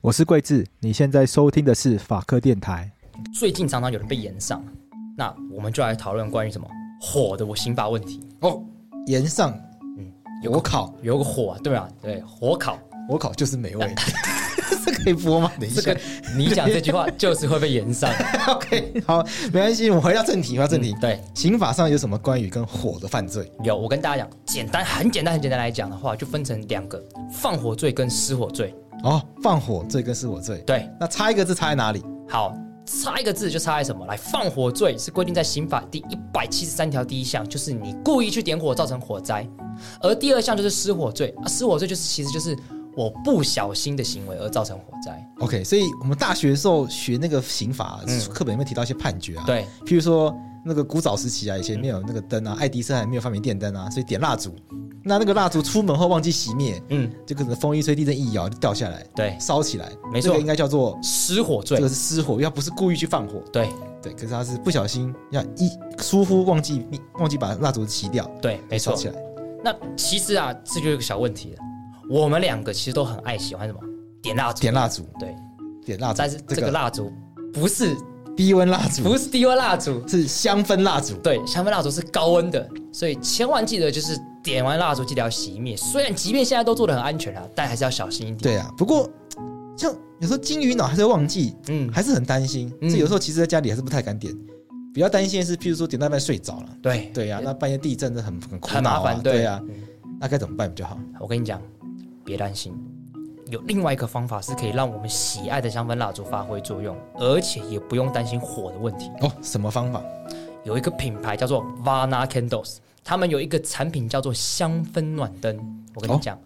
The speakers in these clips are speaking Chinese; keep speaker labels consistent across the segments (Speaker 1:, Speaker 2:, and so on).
Speaker 1: 我是桂智，你现在收听的是法科电台。
Speaker 2: 最近常常有人被延上，那我们就来讨论关于什么火的我刑法问题。
Speaker 3: 哦，延上
Speaker 2: 嗯，
Speaker 3: 火烤，
Speaker 2: 有个火啊，对啊，对，火烤。
Speaker 3: 火烤就是美 味，这可以播吗？等一
Speaker 2: 这
Speaker 3: 下
Speaker 2: 个你讲这句话就是会被延上。
Speaker 3: ，OK，好，没关系，我回到正题，回到正题。
Speaker 2: 嗯对，
Speaker 3: 刑法上有什么关于跟火的犯罪？
Speaker 2: 有我跟大家讲，简单很简单很简单来讲的话，就分成两个：放火罪跟失火罪。
Speaker 3: 哦，放火罪跟失火罪。
Speaker 2: 对，
Speaker 3: 那差一个字差在哪里？
Speaker 2: 好，差一个字就差在什么？来，放火罪是规定在刑法第一百七十三条第一项，就是你故意去点火造成火灾；而第二项就是失火罪，啊、失火罪就是其实就是我不小心的行为而造成火灾。
Speaker 3: OK，所以我们大学的时候学那个刑法课本里面提到一些判决啊，，
Speaker 2: 嗯对，嗯
Speaker 3: 譬如说那个古早时期啊，以前没有那个灯啊，爱迪生还没有发明电灯啊，所以点蜡烛，那那个蜡烛出门后忘记熄灭，
Speaker 2: 嗯，
Speaker 3: 就可能风一吹，地震一摇就掉下来，
Speaker 2: 对
Speaker 3: 烧起来，
Speaker 2: 没错
Speaker 3: 这个应该叫做
Speaker 2: 失火罪
Speaker 3: 这个，是失火，因为它不是故意去放火，
Speaker 2: 对
Speaker 3: 对，可是他是不小心要一疏忽忘记灭忘记把蜡烛熄掉，
Speaker 2: 对，没
Speaker 3: 烧
Speaker 2: 错。
Speaker 3: 起来，
Speaker 2: 那其实啊，这就有个小问题了。我们两个其实都很爱喜欢什么点蜡烛，
Speaker 3: 点蜡烛，
Speaker 2: 对，
Speaker 3: 点蜡烛，
Speaker 2: 但是这个蜡烛不是
Speaker 3: 低温蜡烛
Speaker 2: 不是低温蜡烛，
Speaker 3: 是香氛蜡烛，
Speaker 2: 对，香氛蜡烛是高温的，所以千万记得就是点完蜡烛记得要熄灭。虽然即便现在都做的很安全啊，但还是要小心一点。
Speaker 3: 对啊，不过像有时候金鱼脑还是会忘记，
Speaker 2: 嗯，
Speaker 3: 还是很担心。
Speaker 2: 嗯
Speaker 3: 这有时候其实在家里还是不太敢点，比较担心的是，譬如说点到一半睡着了。
Speaker 2: 对
Speaker 3: 对呀、啊，那半夜地震真的很很苦恼、啊、
Speaker 2: 很麻烦。
Speaker 3: 对
Speaker 2: 对
Speaker 3: 呀、啊，
Speaker 2: 嗯
Speaker 3: 那该怎么办比较好？
Speaker 2: 我跟你讲，别担心，有另外一个方法是可以让我们喜爱的香氛蜡烛发挥作用，而且也不用担心火的问题。
Speaker 3: 哦，什么方法？
Speaker 2: 有一个品牌叫做 Vana Candles，他们有一个产品叫做香氛暖灯。我跟你
Speaker 3: 哦
Speaker 2: 讲，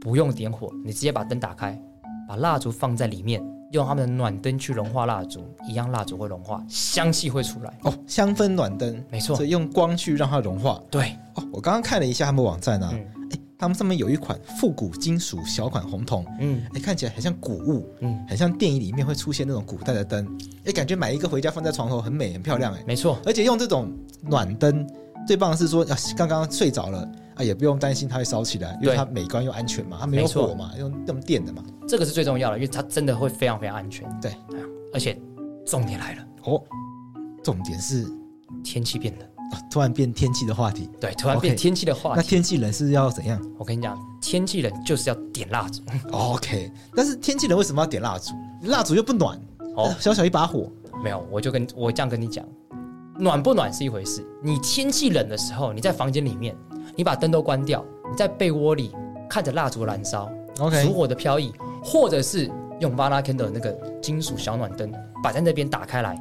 Speaker 2: 不用点火，你直接把灯打开，把蜡烛放在里面，用他们的暖灯去融化蜡烛，一样蜡烛会融化，香气会出来。
Speaker 3: 哦，香氛暖灯，
Speaker 2: 没错
Speaker 3: 所以用光去让它融化。
Speaker 2: 对，
Speaker 3: 哦，我刚刚看了一下他们网站啊，哎、
Speaker 2: 嗯
Speaker 3: 他们上面有一款复古金属小款红铜，
Speaker 2: 嗯
Speaker 3: 哎，看起来很像古物，
Speaker 2: 嗯，
Speaker 3: 很像电影里面会出现那种古代的灯，哎，感觉买一个回家放在床头很美很漂亮，哎，
Speaker 2: 没错，
Speaker 3: 而且用这种暖灯，最棒的是说，啊，刚刚睡着了啊，也不用担心它会烧起来，因为
Speaker 2: 对
Speaker 3: 它美观又安全嘛，它没有
Speaker 2: 没错
Speaker 3: 火嘛，用用电的嘛。
Speaker 2: 这个是最重要的，因为它真的会非常非常安全。
Speaker 3: 对
Speaker 2: 啊，而且重点来了，
Speaker 3: 哦，重点是、
Speaker 2: 天气变冷，
Speaker 3: 啊突然变天气的话题，
Speaker 2: 对，突然变
Speaker 3: OK
Speaker 2: 天气的话
Speaker 3: 那
Speaker 2: 题，
Speaker 3: 天气冷是要怎样哦
Speaker 2: 我跟你讲，天气冷就是要点蜡烛。
Speaker 3: ？OK，但是天气冷为什么要点蜡烛？蜡烛又不暖，
Speaker 2: 哦
Speaker 3: 小小一把火，
Speaker 2: 没有，我就跟我这样跟你讲，暖不暖是一回事。你天气冷的时候，你在房间里面，你把灯都关掉，你在被窝里看着蜡烛燃烧
Speaker 3: OK
Speaker 2: 烛火的飘逸，或者是用 Vana Candle 那个金属小暖灯摆在那边打开来，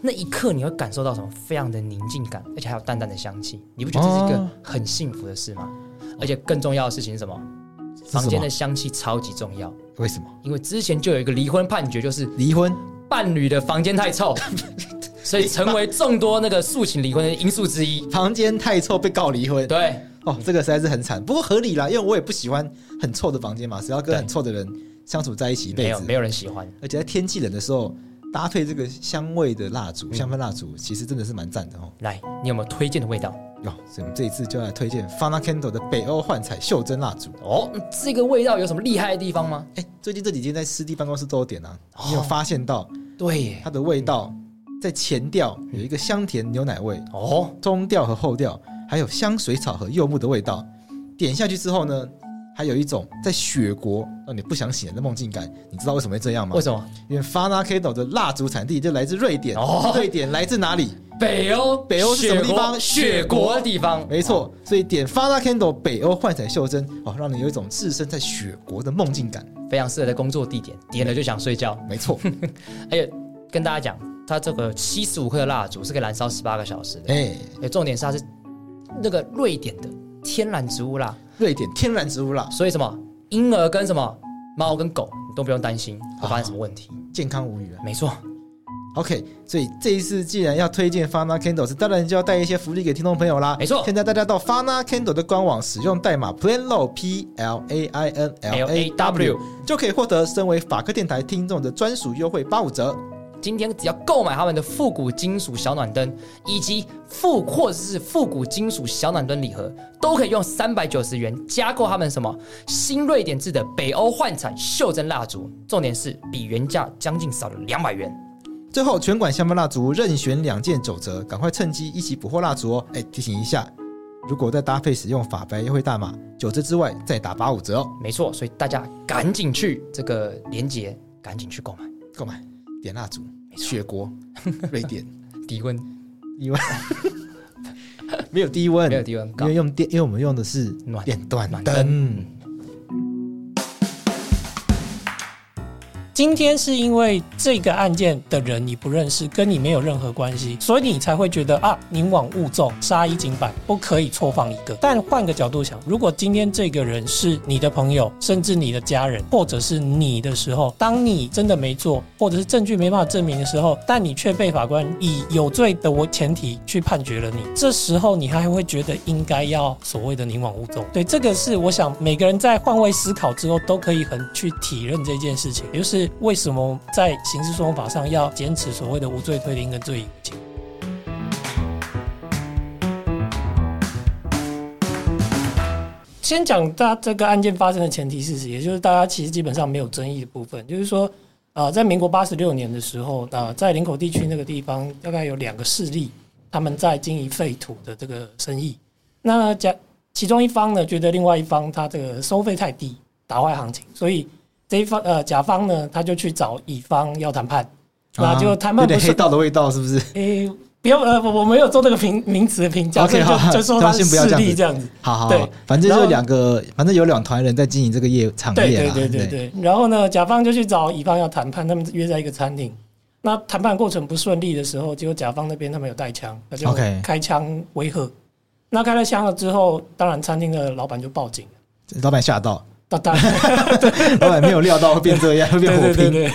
Speaker 2: 那一刻你会感受到什么？非常的宁静感，而且还有淡淡的香气。你不觉得这是一
Speaker 3: 哦
Speaker 2: 个很幸福的事吗？而且更重要的事情是什么？
Speaker 3: 是什么
Speaker 2: 房间的香气超级重要，
Speaker 3: 为什么？
Speaker 2: 因为之前就有一个离婚判决，就是
Speaker 3: 离婚
Speaker 2: 伴侣的房间太 臭，所以成为众多那个诉请离婚的因素之一。
Speaker 3: 房间太臭被告离婚，
Speaker 2: 对，
Speaker 3: 哦，这个实在是很惨，不过合理啦，因为我也不喜欢很臭的房间嘛，只要跟
Speaker 2: 对
Speaker 3: 很臭的人相处在一起一
Speaker 2: 没
Speaker 3: 辈
Speaker 2: 有
Speaker 3: 子，
Speaker 2: 没有人喜欢。
Speaker 3: 而且在天气冷的时候，搭配这个香味的蜡烛、
Speaker 2: 嗯
Speaker 3: 香氛蜡烛，其实真的是蛮赞的哦。
Speaker 2: 来，你有没有推荐的味道？
Speaker 3: 哟，所以我们这一次就来推荐 Fana Candle 的北欧幻彩袖珍蜡烛。
Speaker 2: 哦，这个味道有什么厉害的地方吗？
Speaker 3: 哎，最近这几天在湿地办公室都有点啊，
Speaker 2: 哦
Speaker 3: 你有发现到
Speaker 2: 对耶，
Speaker 3: 它的味道在前调有一个香甜牛奶味，
Speaker 2: 哦，
Speaker 3: 中调和后调还有香水草和柚木的味道。点下去之后呢，还有一种在雪国让你不想醒来的梦境感。你知道为什么会这样吗
Speaker 2: 为？什么？
Speaker 3: 因为 Fana Candle 的蜡烛产地就来自瑞典，
Speaker 2: 哦
Speaker 3: 瑞典来自哪里？
Speaker 2: 北欧，
Speaker 3: 北欧是什么地方
Speaker 2: 雪国雪国的地方，
Speaker 3: 没错，所以点 Fana Candle 北欧幻彩袖珍哦，让你有一种置身在雪国的梦境感。
Speaker 2: 非常适合在工作地点，点了就想睡觉。
Speaker 3: 没 错，
Speaker 2: 而且跟大家讲，它这个七十五克的蜡烛是可以燃烧十八个小时的。
Speaker 3: 哎，
Speaker 2: 哎，重点是它是那个瑞典的天然植物蜡，
Speaker 3: 瑞典天然植物蜡，
Speaker 2: 所以什么婴儿跟什么猫跟狗，都不用担心会发生什么问题。
Speaker 3: 健康无虞啊。
Speaker 2: 没错，
Speaker 3: OK，所以这一次既然要推荐 Fana Candles，当然就要带一些福利给听众朋友啦。
Speaker 2: 没错
Speaker 3: 现在大家到 Fana Candle 的官网使用代码 PLANLAW P L A I N L A W
Speaker 2: LAW
Speaker 3: 就可以获得身为法科电台听众的专属优惠八五折。
Speaker 2: 今天只要购买他们的复古金属小暖灯，以及复或者是复古金属小暖灯礼盒，都可以用三百九十元加购他们什么新瑞典制的北欧幻彩袖珍蜡烛，重点是比原价将近少了两百元。
Speaker 3: 最后，全馆香氛蜡烛任选两件九折，赶快趁机一起补货蜡烛哦！哎，提醒一下，如果再搭配使用法白优惠大码九折之外，再打八五折哦！
Speaker 2: 没错，所以大家赶紧去这个链接，赶紧去购买。
Speaker 3: 购买点蜡烛，雪国，瑞典，
Speaker 2: 低温
Speaker 3: 低温没有低温，
Speaker 2: 没有低温
Speaker 3: 因
Speaker 2: 高
Speaker 3: 为，用电，因为我们用的是
Speaker 2: 暖
Speaker 3: 电暖
Speaker 2: 暖
Speaker 3: 灯
Speaker 2: 灯。
Speaker 4: 今天是因为这个案件的人你不认识，跟你没有任何关系，所以你才会觉得啊，宁枉勿纵，杀一儆百，不可以错放一个。但换个角度想，如果今天这个人是你的朋友，甚至你的家人，或者是你的时候，当你真的没做，或者是证据没办法证明的时候，但你却被法官以有罪的我前提去判决了你，这时候你还会觉得应该要所谓的宁枉勿纵。对，这个是我想每个人在换位思考之后都可以很去体认这件事情，也就是为什么在刑事诉讼法上要坚持所谓的无罪推定跟罪以无轻。先讲大这个案件发生的前提事实，也就是大家其实基本上没有争议的部分，就是说，啊，在民国八十六年的时候，啊，在林口地区那个地方，大概有两个势力，他们在经营废土的这个生意。那讲其中一方呢，觉得另外一方他这个收费太低，打坏行情，所以这一方呃甲方呢，他就去找乙方要谈判，那啊就谈判
Speaker 3: 啊有
Speaker 4: 不
Speaker 3: 点黑
Speaker 4: 是
Speaker 3: 道的味道，是 不是？
Speaker 4: 诶、不要呃，我我没有做这个评名词的评价
Speaker 3: OK，
Speaker 4: 所以
Speaker 3: 好
Speaker 4: 就就说
Speaker 3: 好
Speaker 4: 他
Speaker 3: 先
Speaker 4: 是
Speaker 3: 不要这
Speaker 4: 势
Speaker 3: 样
Speaker 4: 力
Speaker 3: 子
Speaker 4: 这样子。
Speaker 3: 好好好
Speaker 4: 对，
Speaker 3: 反正
Speaker 4: 然
Speaker 3: 就
Speaker 4: 后
Speaker 3: 两个，反正有两团人在经营这个业产
Speaker 4: 对
Speaker 3: 业
Speaker 4: 对
Speaker 3: 啦。
Speaker 4: 对对对。然后呢，甲方就去找乙方要谈判，他们约在一个餐厅。那谈判过程不顺利的时候，结果甲方那边他们有带枪，他就
Speaker 3: OK
Speaker 4: 开枪威吓。那开了枪了之后，当然餐厅的老板就报 警。
Speaker 3: 老板吓到，
Speaker 4: 那当然，
Speaker 3: 老板没有料到会变这样，会变
Speaker 4: 对
Speaker 3: 火
Speaker 4: 对对
Speaker 3: 拼。
Speaker 4: 对。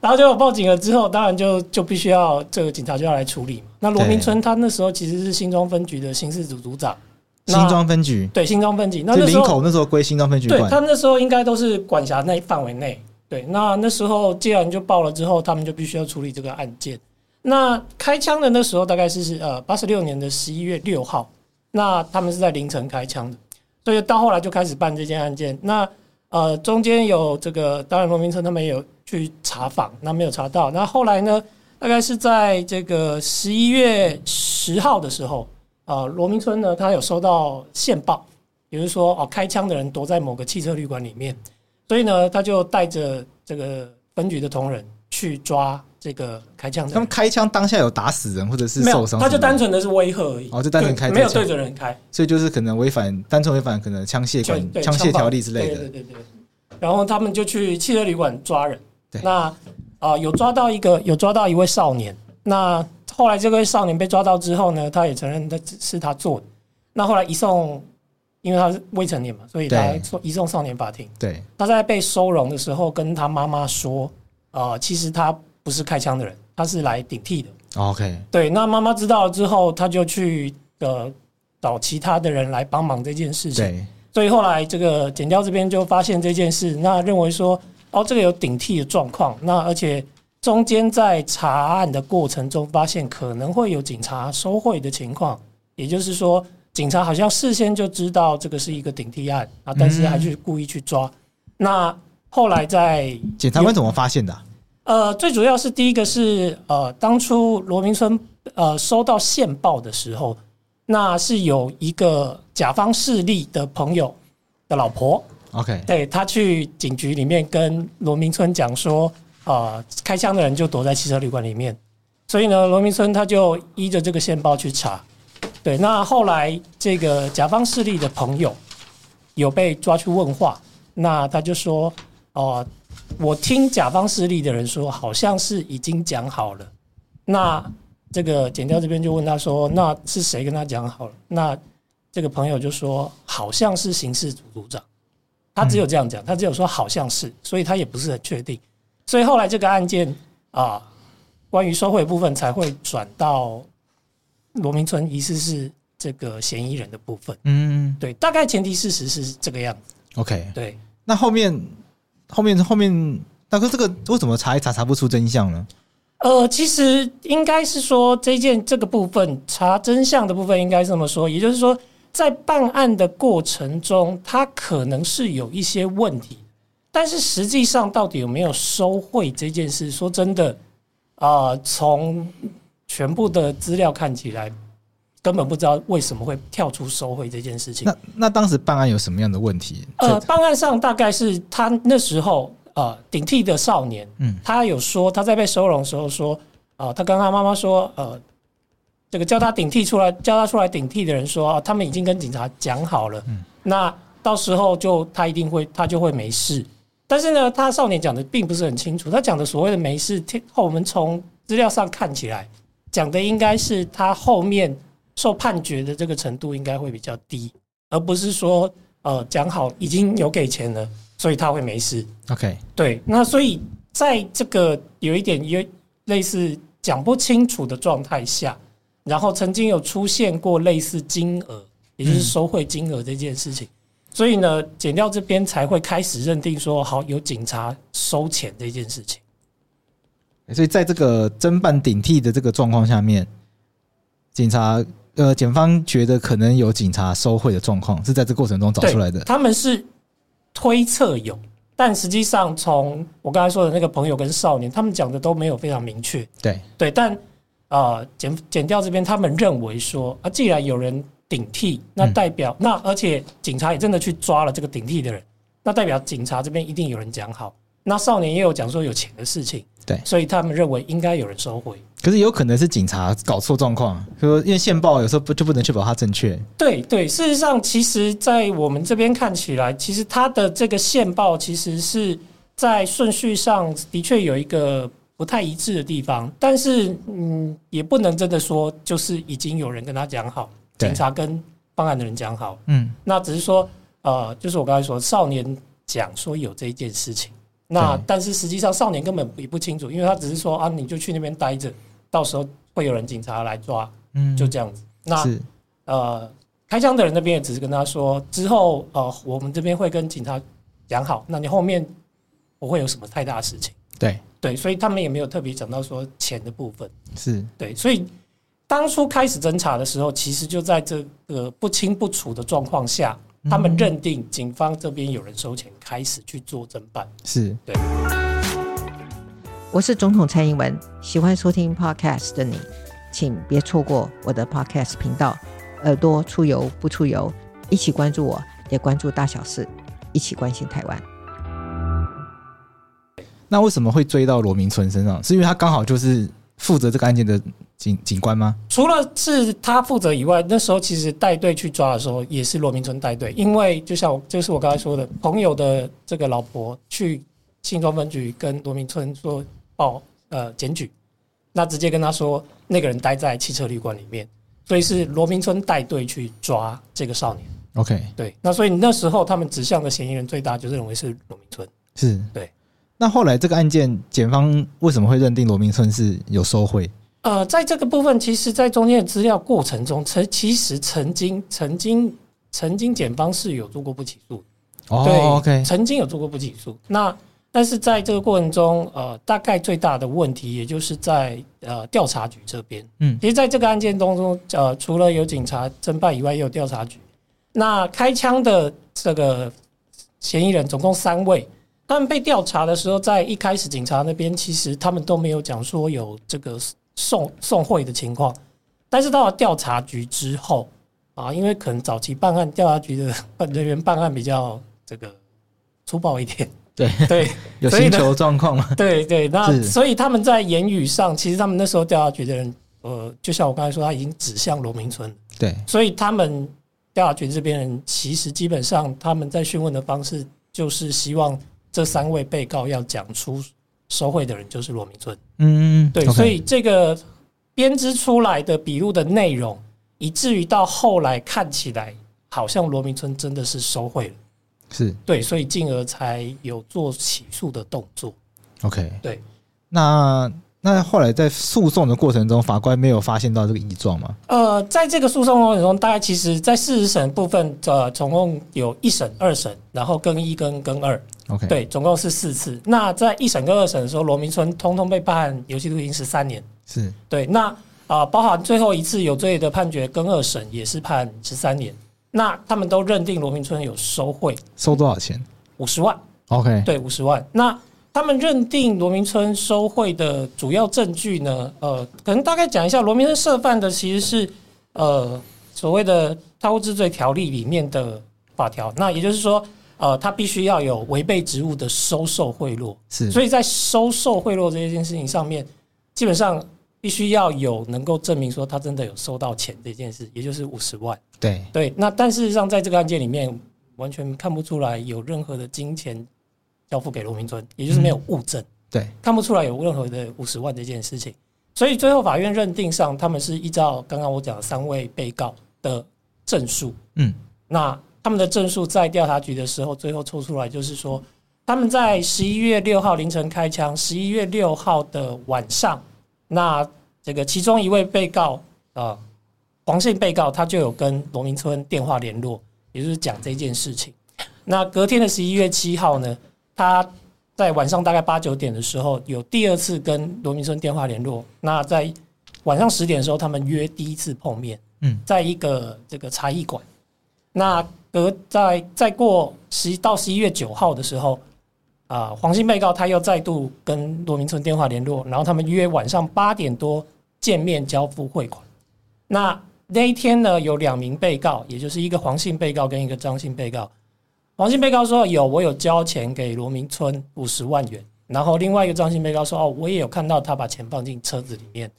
Speaker 4: 然后结果报警了之后，当然就就必须要这个警察就要来处理嘛。那罗明春他那时候其实是新庄分局的刑事组组长，那
Speaker 3: 新庄分局，
Speaker 4: 对新庄分局，那
Speaker 3: 就
Speaker 4: 那时
Speaker 3: 林
Speaker 4: 候
Speaker 3: 口那时候归新庄分局
Speaker 4: 对
Speaker 3: 管
Speaker 4: 他。那时候应该都是管辖内范围内。对，那那时候既然就报了之后，他们就必须要处理这个案件。那开枪的那时候大概是是呃八十六年的十一月六号，那他们是在凌晨开枪的，所以到后来就开始办这件案件。那呃中间有这个，当然罗明成他们也有去查访，那没有查到。那后来呢，大概是在这个十一月十号的时候，呃罗明春呢他有收到线报，比如说哦，开枪的人躲在某个汽车旅馆里面，所以呢，他就带着这个分局的同仁去抓这个开枪的
Speaker 3: 他们
Speaker 4: 人。
Speaker 3: 开枪当下有打死人或者是
Speaker 4: 没
Speaker 3: 受
Speaker 4: 有，
Speaker 3: 伤什么的，
Speaker 4: 他就单纯的是威吓而已。
Speaker 3: 哦就单纯开
Speaker 4: 对没有
Speaker 3: 这枪
Speaker 4: 对着人开，
Speaker 3: 所以就是可能违反单纯违反可能枪械
Speaker 4: 就
Speaker 3: 管
Speaker 4: 对
Speaker 3: 枪械条例之类
Speaker 4: 对
Speaker 3: 的。
Speaker 4: 对对对。然后他们就去汽车旅馆抓人
Speaker 3: 对。
Speaker 4: 那啊、有抓到一个，有抓到一位少年。那后来这位少年被抓到之后呢，他也承认他是他做的。那后来移送，因为他是未成年嘛，所以他
Speaker 3: 对
Speaker 4: 送移送少年法庭。
Speaker 3: 对，
Speaker 4: 他在被收容的时候跟他妈妈说，呃，其实他不是开枪的人，他是来顶替的。
Speaker 3: 哦 OK，
Speaker 4: 对，那妈妈知道了之后，他就去呃找其他的人来帮忙这件事情。
Speaker 3: 对，
Speaker 4: 所以后来这个检调这边就发现这件事，那认为说，哦，这个有顶替的状况，那而且中间在查案的过程中发现可能会有警察收贿的情况，也就是说，警察好像事先就知道这个是一个顶替案啊，但是还去故意去抓。那后来在
Speaker 3: 检察官怎么发现的啊？
Speaker 4: 呃，最主要是第一个是呃，当初罗明春呃收到线报的时候，那是有一个甲方势力的朋友的老婆，
Speaker 3: OK，
Speaker 4: 对哎他去警局里面跟罗明春讲说，呃，开枪的人就躲在汽车旅馆里面，所以呢，罗明春他就依着这个线报去查，对，那后来这个甲方势力的朋友有被抓去问话，那他就说，哦、我听甲方势力的人说，好像是已经讲好了，那这个检调这边就问他说，那是谁跟他讲好了？那这个朋友就说，好像是刑事组组长。他只有这样讲，他只有说好像是，所以他也不是很确定。所以后来这个案件啊，关于收贿的部分才会转到罗明村，疑似是这个嫌疑人的部分。
Speaker 3: 嗯
Speaker 4: 对，大概前提事实是这个样子。
Speaker 3: ，OK。
Speaker 4: 对，
Speaker 3: 那后面后面后面，大哥这个为什么查一查查不出真相呢？
Speaker 4: 呃，其实应该是说这件这个部分查真相的部分应该这么说，也就是说，在办案的过程中，他可能是有一些问题，但是实际上到底有没有收贿这件事，说真的，啊、从全部的资料看起来，根本不知道为什么会跳出收贿这件事情。
Speaker 3: 那那当时办案有什么样的问题？这
Speaker 4: 呃，办案上大概是他那时候呃顶替的少年，
Speaker 3: 嗯
Speaker 4: 他有说他在被收容的时候说，呃，他跟他妈妈说，呃，这个叫他顶替出来，叫他出来顶替的人说，啊，他们已经跟警察讲好了，
Speaker 3: 嗯
Speaker 4: 那到时候就他一定会，他就会没事。但是呢，他少年讲的并不是很清楚，他讲的所谓的没事，听我们从资料上看起来，讲的应该是他后面受判决的这个程度应该会比较低，而不是说呃讲好已经有给钱了，所以他会没事。
Speaker 3: OK，
Speaker 4: 对，那所以在这个有一点有类似讲不清楚的状态下，然后曾经有出现过类似金额，
Speaker 3: 嗯
Speaker 4: 也就是收贿金额这件事情，所以呢，减掉这边才会开始认定说，好有警察收钱这件事情。
Speaker 3: 所以在这个侦办顶替的这个状况下面，警察呃，检方觉得可能有警察收贿的状况，是在这过程中找
Speaker 4: 对
Speaker 3: 出来的。
Speaker 4: 他们是推测有，但实际上从我刚才说的那个朋友跟少年，他们讲的都没有非常明确。
Speaker 3: 对，
Speaker 4: 对，但啊，减减掉这边，他们认为说啊，既然有人顶替，那代表、那而且警察也真的去抓了这个顶替的人，那代表警察这边一定有人讲好。那少年也有讲说有钱的事情，
Speaker 3: 对
Speaker 4: 所以他们认为应该有人收回。
Speaker 3: 可是有可能是警察搞错状况，说因为线报有时候不就不能确保它正确。
Speaker 4: 对对，事实上，其实，在我们这边看起来，其实他的这个线报其实是在顺序上的确有一个不太一致的地方，但是，嗯，也不能真的说就是已经有人跟他讲好，
Speaker 3: 对
Speaker 4: 警察跟办案的人讲好，
Speaker 3: 嗯，
Speaker 4: 那只是说，呃，就是我刚才说，少年讲说有这一件事情，那
Speaker 3: 对
Speaker 4: 但是实际上少年根本也不清楚，因为他只是说啊，你就去那边待着，到时候会有人警察来抓，
Speaker 3: 嗯
Speaker 4: 就这样子。那
Speaker 3: 是
Speaker 4: 呃，开枪的人那边也只是跟他说，之后呃，我们这边会跟警察讲好，那你后面不会有什么太大的事情。
Speaker 3: 对，
Speaker 4: 对，所以他们也没有特别讲到说钱的部分。
Speaker 3: 是
Speaker 4: 对，所以当初开始侦查的时候，其实就在这个不清不楚的状况下，他们认定警方这边有人收钱，开始去做侦办。
Speaker 3: 是。
Speaker 5: 我是总统蔡英文，喜欢收听 podcast 的你，请别错过我的 podcast 频道。耳朵出游不出游，一起关注我，也关注大小事，一起关心台湾。
Speaker 3: 那为什么会追到罗明春身上？是因为他刚好就是负责这个案件的警警官吗？
Speaker 4: 除了是他负责以外，那时候其实带队去抓的时候也是罗明春带队，因为就像我就是我刚才说的，朋友的这个老婆去新庄分局跟罗明春说报呃检举，那直接跟他说那个人待在汽车旅馆里面，所以是罗明春带队去抓这个少年。
Speaker 3: OK，
Speaker 4: 对，那所以那时候他们指向的嫌疑人最大就是认为是罗明春。
Speaker 3: 是
Speaker 4: 对。
Speaker 3: 那后来这个案件，检方为什么会认定罗明春是有收贿？
Speaker 4: 呃，在这个部分，其实，在中间的资料过程中，曾其实曾经曾经曾经检方是有做过不起诉的对、
Speaker 3: 哦，OK，
Speaker 4: 曾经有做过不起诉。那但是在这个过程中，呃，大概最大的问题，也就是在呃调查局这边，
Speaker 3: 嗯
Speaker 4: 其实在这个案件当中，呃，除了有警察侦办以外，也有调查局。那开枪的这个嫌疑人总共三位，他们被调查的时候，在一开始警察那边，其实他们都没有讲说有这个送送会的情况，但是到了调查局之后，啊，因为可能早期办案调查局的 办人员办案比较这个粗暴一点，
Speaker 3: 对
Speaker 4: 对
Speaker 3: 有
Speaker 4: 所以
Speaker 3: 星
Speaker 4: 呢
Speaker 3: 球状况吗？
Speaker 4: 对对，那
Speaker 3: 是
Speaker 4: 所以他们在言语上，其实他们那时候调查局的人，呃，就像我刚才说，他已经指向罗明村了，
Speaker 3: 对，
Speaker 4: 所以他们调查局这边人其实基本上他们在询问的方式，就是希望这三位被告要讲出收贿的人就是罗明村。
Speaker 3: 嗯，
Speaker 4: 对
Speaker 3: OK
Speaker 4: 所以这个编织出来的笔录的内容，以至于到后来看起来好像罗明春真的是收贿了。
Speaker 3: 是
Speaker 4: 对，所以进而才有做起诉的动作。
Speaker 3: OK，
Speaker 4: 对。
Speaker 3: 那那后来在诉讼的过程中，法官没有发现到这个异状吗？
Speaker 4: 呃，在这个诉讼过程中，大概其实在事实审部分，呃，总共有一审、二审，然后更一跟更二，
Speaker 3: OK，，
Speaker 4: 对，总共是四次。那在一审跟二审的时候，罗明春通通被判有期徒刑十三年。
Speaker 3: 是
Speaker 4: 对，那啊、包含最后一次有罪的判决跟二审也是判十三年。那他们都认定罗明春有收贿
Speaker 3: 收多少钱
Speaker 4: 五十万，
Speaker 3: ？OK，
Speaker 4: 对，五十万。那他们认定罗明春收贿的主要证据呢？呃，可能大概讲一下，罗明春涉犯的其实是呃所谓的贪污治罪条例里面的法条。那也就是说，呃，他必须要有违背职务的收受贿赂，
Speaker 3: 是
Speaker 4: 所以在收受贿赂这件事情上面，基本上必须要有能够证明说他真的有收到钱这件事，也就是五十万。
Speaker 3: 对，
Speaker 4: 对，那但事实上，在这个案件里面，完全看不出来有任何的金钱交付给罗明春，也就是没有物证，
Speaker 3: 对，
Speaker 4: 看不出来有任何的五十万这件事情。所以最后法院认定上，他们是依照刚刚我讲的三位被告的证述，
Speaker 3: 嗯，
Speaker 4: 那他们的证述在调查局的时候，最后抽出来就是说，他们在十一月六号凌晨开枪，十一月六号的晚上，那这个其中一位被告啊、呃黄姓被告，他就有跟罗明村电话联络，也就是讲这件事情。那隔天的十一月七号呢，他在晚上大概八九点的时候，有第二次跟罗明村电话联络。那在晚上十点的时候，他们约第一次碰面，
Speaker 3: 嗯，
Speaker 4: 在一个这个茶艺馆。那隔在再过十到十一月九号的时候，啊、黄姓被告他又再度跟罗明村电话联络，然后他们约晚上八点多见面交付汇款。那那一天呢，有两名被告，也就是一个黄姓被告跟一个张姓被告。黄姓被告说有，我有交钱给罗明村五十万元。然后另外一个张姓被告说哦，我也有看到他把钱放进车子里面。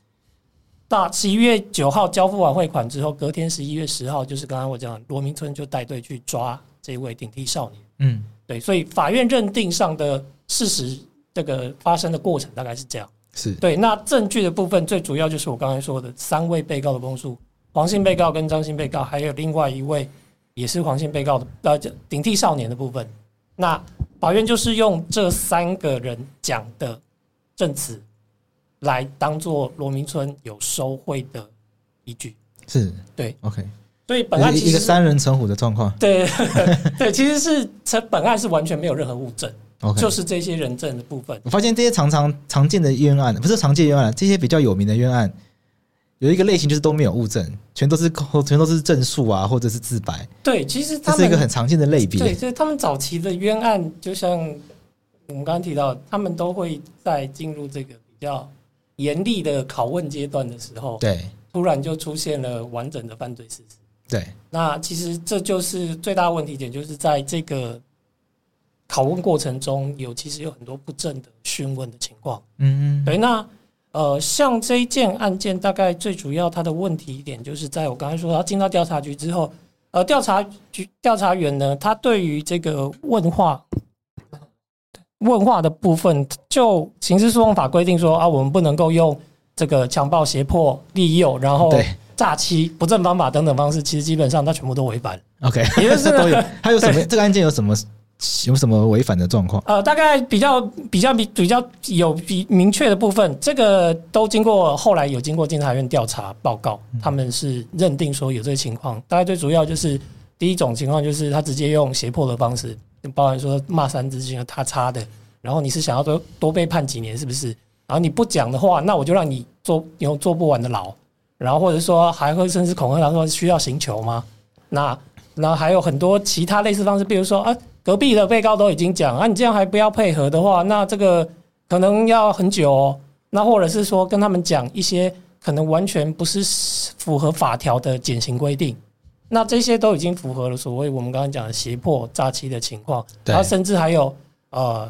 Speaker 4: 那十一月九号交付完汇款之后，隔天十一月十号，就是刚刚我讲的罗明村就带队去抓这位顶替少年。
Speaker 3: 嗯
Speaker 4: 对，所以法院认定上的事实，这个发生的过程大概是这样。
Speaker 3: 是
Speaker 4: 对，那证据的部分最主要就是我刚才说的三位被告的供述，黄姓被告跟张姓被告，还有另外一位也是黄姓被告的呃这顶替少年的部分。那法院就是用这三个人讲的证词来当做罗明春有收贿的依据。
Speaker 3: 是，
Speaker 4: 对
Speaker 3: ，OK，
Speaker 4: 所以本案其
Speaker 3: 一
Speaker 4: 实
Speaker 3: 个
Speaker 4: 是
Speaker 3: 三人成虎的状况
Speaker 4: 对 对，其实是成本案是完全没有任何物证，
Speaker 3: ，OK，
Speaker 4: 就是这些人证的部分。
Speaker 3: 我发现这些常常常见的冤案，不是常见冤案，这些比较有名的冤案，有一个类型就是都没有物证，全都是全都是证述啊，或者是自白，
Speaker 4: 对，其实
Speaker 3: 这
Speaker 4: 他
Speaker 3: 是
Speaker 4: 们
Speaker 3: 一个很常见的类啊别。
Speaker 4: 对，就是他们早期的冤案，就像我们刚刚提到，他们都会在进入这个比较严厉的拷问阶段的时候，
Speaker 3: 对
Speaker 4: 突然就出现了完整的犯罪事实。
Speaker 3: 对
Speaker 4: 那其实这就是最大的问题点，就是在这个拷问过程中有其实有很多不正的讯问的情况。
Speaker 3: 嗯，
Speaker 4: 对，哎那呃，像这一件案件，大概最主要它的问题点就是在我刚才说，他进到调查局之后，呃，调查局调查员呢，他对于这个问话问话的部分，就刑事诉讼法规定说啊，我们不能够用这个强暴、胁迫、利诱，然后
Speaker 3: 对
Speaker 4: 诈欺、不正方法等等方式，其实基本上它全部都违反。
Speaker 3: ，OK，
Speaker 4: 也就 是
Speaker 3: 这都有。还有什么？这个案件有什么有什么违反的状况？
Speaker 4: 呃，大概比较比较比比较有比明确的部分，这个都经过后来有经过监察院调查报告，他们是认定说有这个情况。大概最主要就是第一种情况就是他直接用胁迫的方式，包含说骂三字经啊、他叉的，然后你是想要多多被判几年是不是？然后你不讲的话，那我就让你坐有坐不完的牢，然后或者说还会甚至恐吓他说需要刑求吗？那然后还有很多其他类似方式，比如说啊，隔壁的被告都已经讲啊，你这样还不要配合的话，那这个可能要很久哦。那或者是说跟他们讲一些可能完全不是符合法条的减刑规定，那这些都已经符合了所谓我们刚刚讲的胁迫、诈欺的情况，
Speaker 3: 对
Speaker 4: 然后甚至还有呃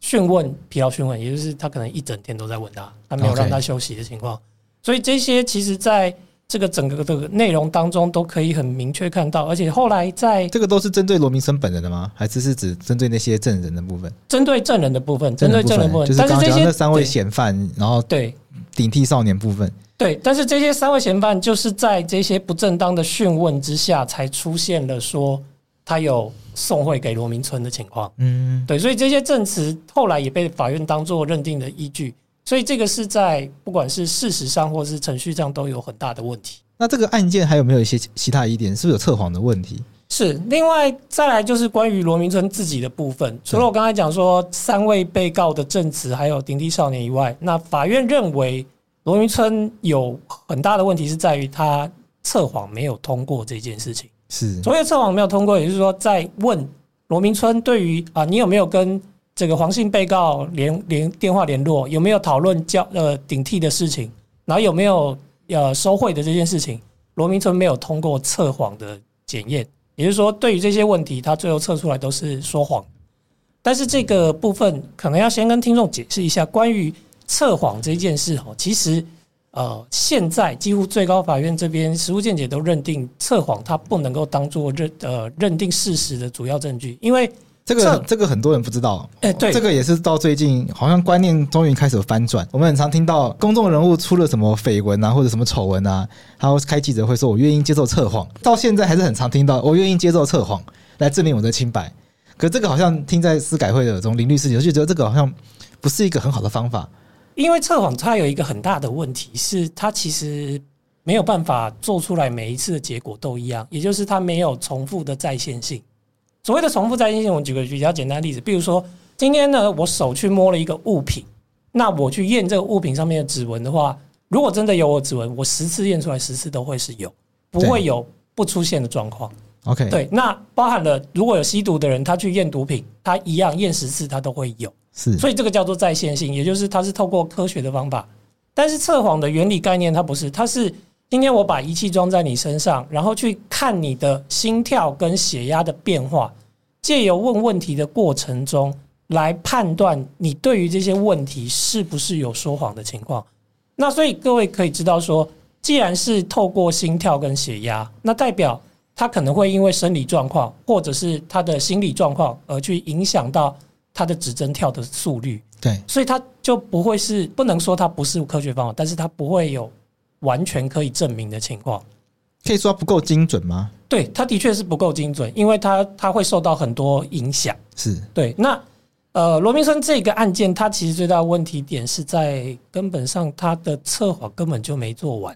Speaker 4: 讯问、疲劳讯问，也就是他可能一整天都在问他，他没有
Speaker 3: OK
Speaker 4: 让他休息的情况。所以这些其实在这个整个的内容当中都可以很明确看到，而且后来在
Speaker 3: 这个都是针对罗明生本人的吗？还是是指针对那些证人的部分？
Speaker 4: 针对证人的部分，针对证人的部分，
Speaker 3: 就是
Speaker 4: 但
Speaker 3: 刚刚
Speaker 4: 是这
Speaker 3: 讲
Speaker 4: 些
Speaker 3: 那三位嫌犯，然后
Speaker 4: 对
Speaker 3: 顶替少年部分。
Speaker 4: 对，但是这些三位嫌犯就是在这些不正当的讯问之下，才出现了说他有送会给罗明村的情况。
Speaker 3: 嗯，
Speaker 4: 对，所以这些证词后来也被法院当作认定的依据，所以这个是在不管是事实上或是程序上都有很大的问题。
Speaker 3: 那这个案件还有没有一些其他疑点？是不是有测谎的问题？
Speaker 4: 是，另外再来就是关于罗明村自己的部分，除了我刚才讲说三位被告的证词还有顶替少年以外，那法院认为罗明村有很大的问题是在于他测谎没有通过这件事情。
Speaker 3: 是，
Speaker 4: 所谓测谎没有通过，也就是说，在问罗明春对于啊、你有没有跟这个黄姓被告联联电话联络，有没有讨论交呃顶替的事情，然后有没有呃收贿的这件事情，罗明春没有通过测谎的检验，也就是说，对于这些问题，他最后测出来都是说谎。但是这个部分可能要先跟听众解释一下，关于测谎这件事哦，其实呃，现在几乎最高法院这边实务见解都认定测谎它不能够当做认呃认定事实的主要证据，因为
Speaker 3: 这个
Speaker 4: 测
Speaker 3: 这个很多人不知道，
Speaker 4: 哎对
Speaker 3: 哦这个也是到最近好像观念终于开始有翻转。我们很常听到公众人物出了什么绯闻啊，或者什么丑闻啊，他会开记者会说“我愿意接受测谎”，到现在还是很常听到“我愿意接受测谎”来证明我的清白。可这个好像听在司改会的这种林律师就觉得这个好像不是一个很好的方法。
Speaker 4: 因为测谎它有一个很大的问题是，它其实没有办法做出来每一次的结果都一样，也就是它没有重复的在线性。所谓的重复在线性，我举个比较简单的例子，比如说今天呢，我手去摸了一个物品，那我去验这个物品上面的指纹的话，如果真的有我指纹，我十次验出来十次都会是有，不
Speaker 3: 对
Speaker 4: 会有不出现的状况。
Speaker 3: OK，，
Speaker 4: 对，那包含了如果有吸毒的人，他去验毒品，他一样验十次他都会有。
Speaker 3: 是
Speaker 4: 所以这个叫做在线性，也就是它是透过科学的方法。但是测谎的原理概念它不是，它是今天我把仪器装在你身上，然后去看你的心跳跟血压的变化，借由问问题的过程中来判断你对于这些问题是不是有说谎的情况。那所以各位可以知道说，既然是透过心跳跟血压，那代表他可能会因为生理状况或者是他的心理状况而去影响到他的指针跳的速率，
Speaker 3: 对，
Speaker 4: 所以它就不会是不能说它不是科学方法，但是它不会有完全可以证明的情况。
Speaker 3: 可以说它不够精准吗？
Speaker 4: 对，它的确是不够精准，因为它它会受到很多影响。
Speaker 3: 是
Speaker 4: 对，那呃，罗宾森这个案件，它其实最大的问题点是在根本上，它的测谎根本就没做完。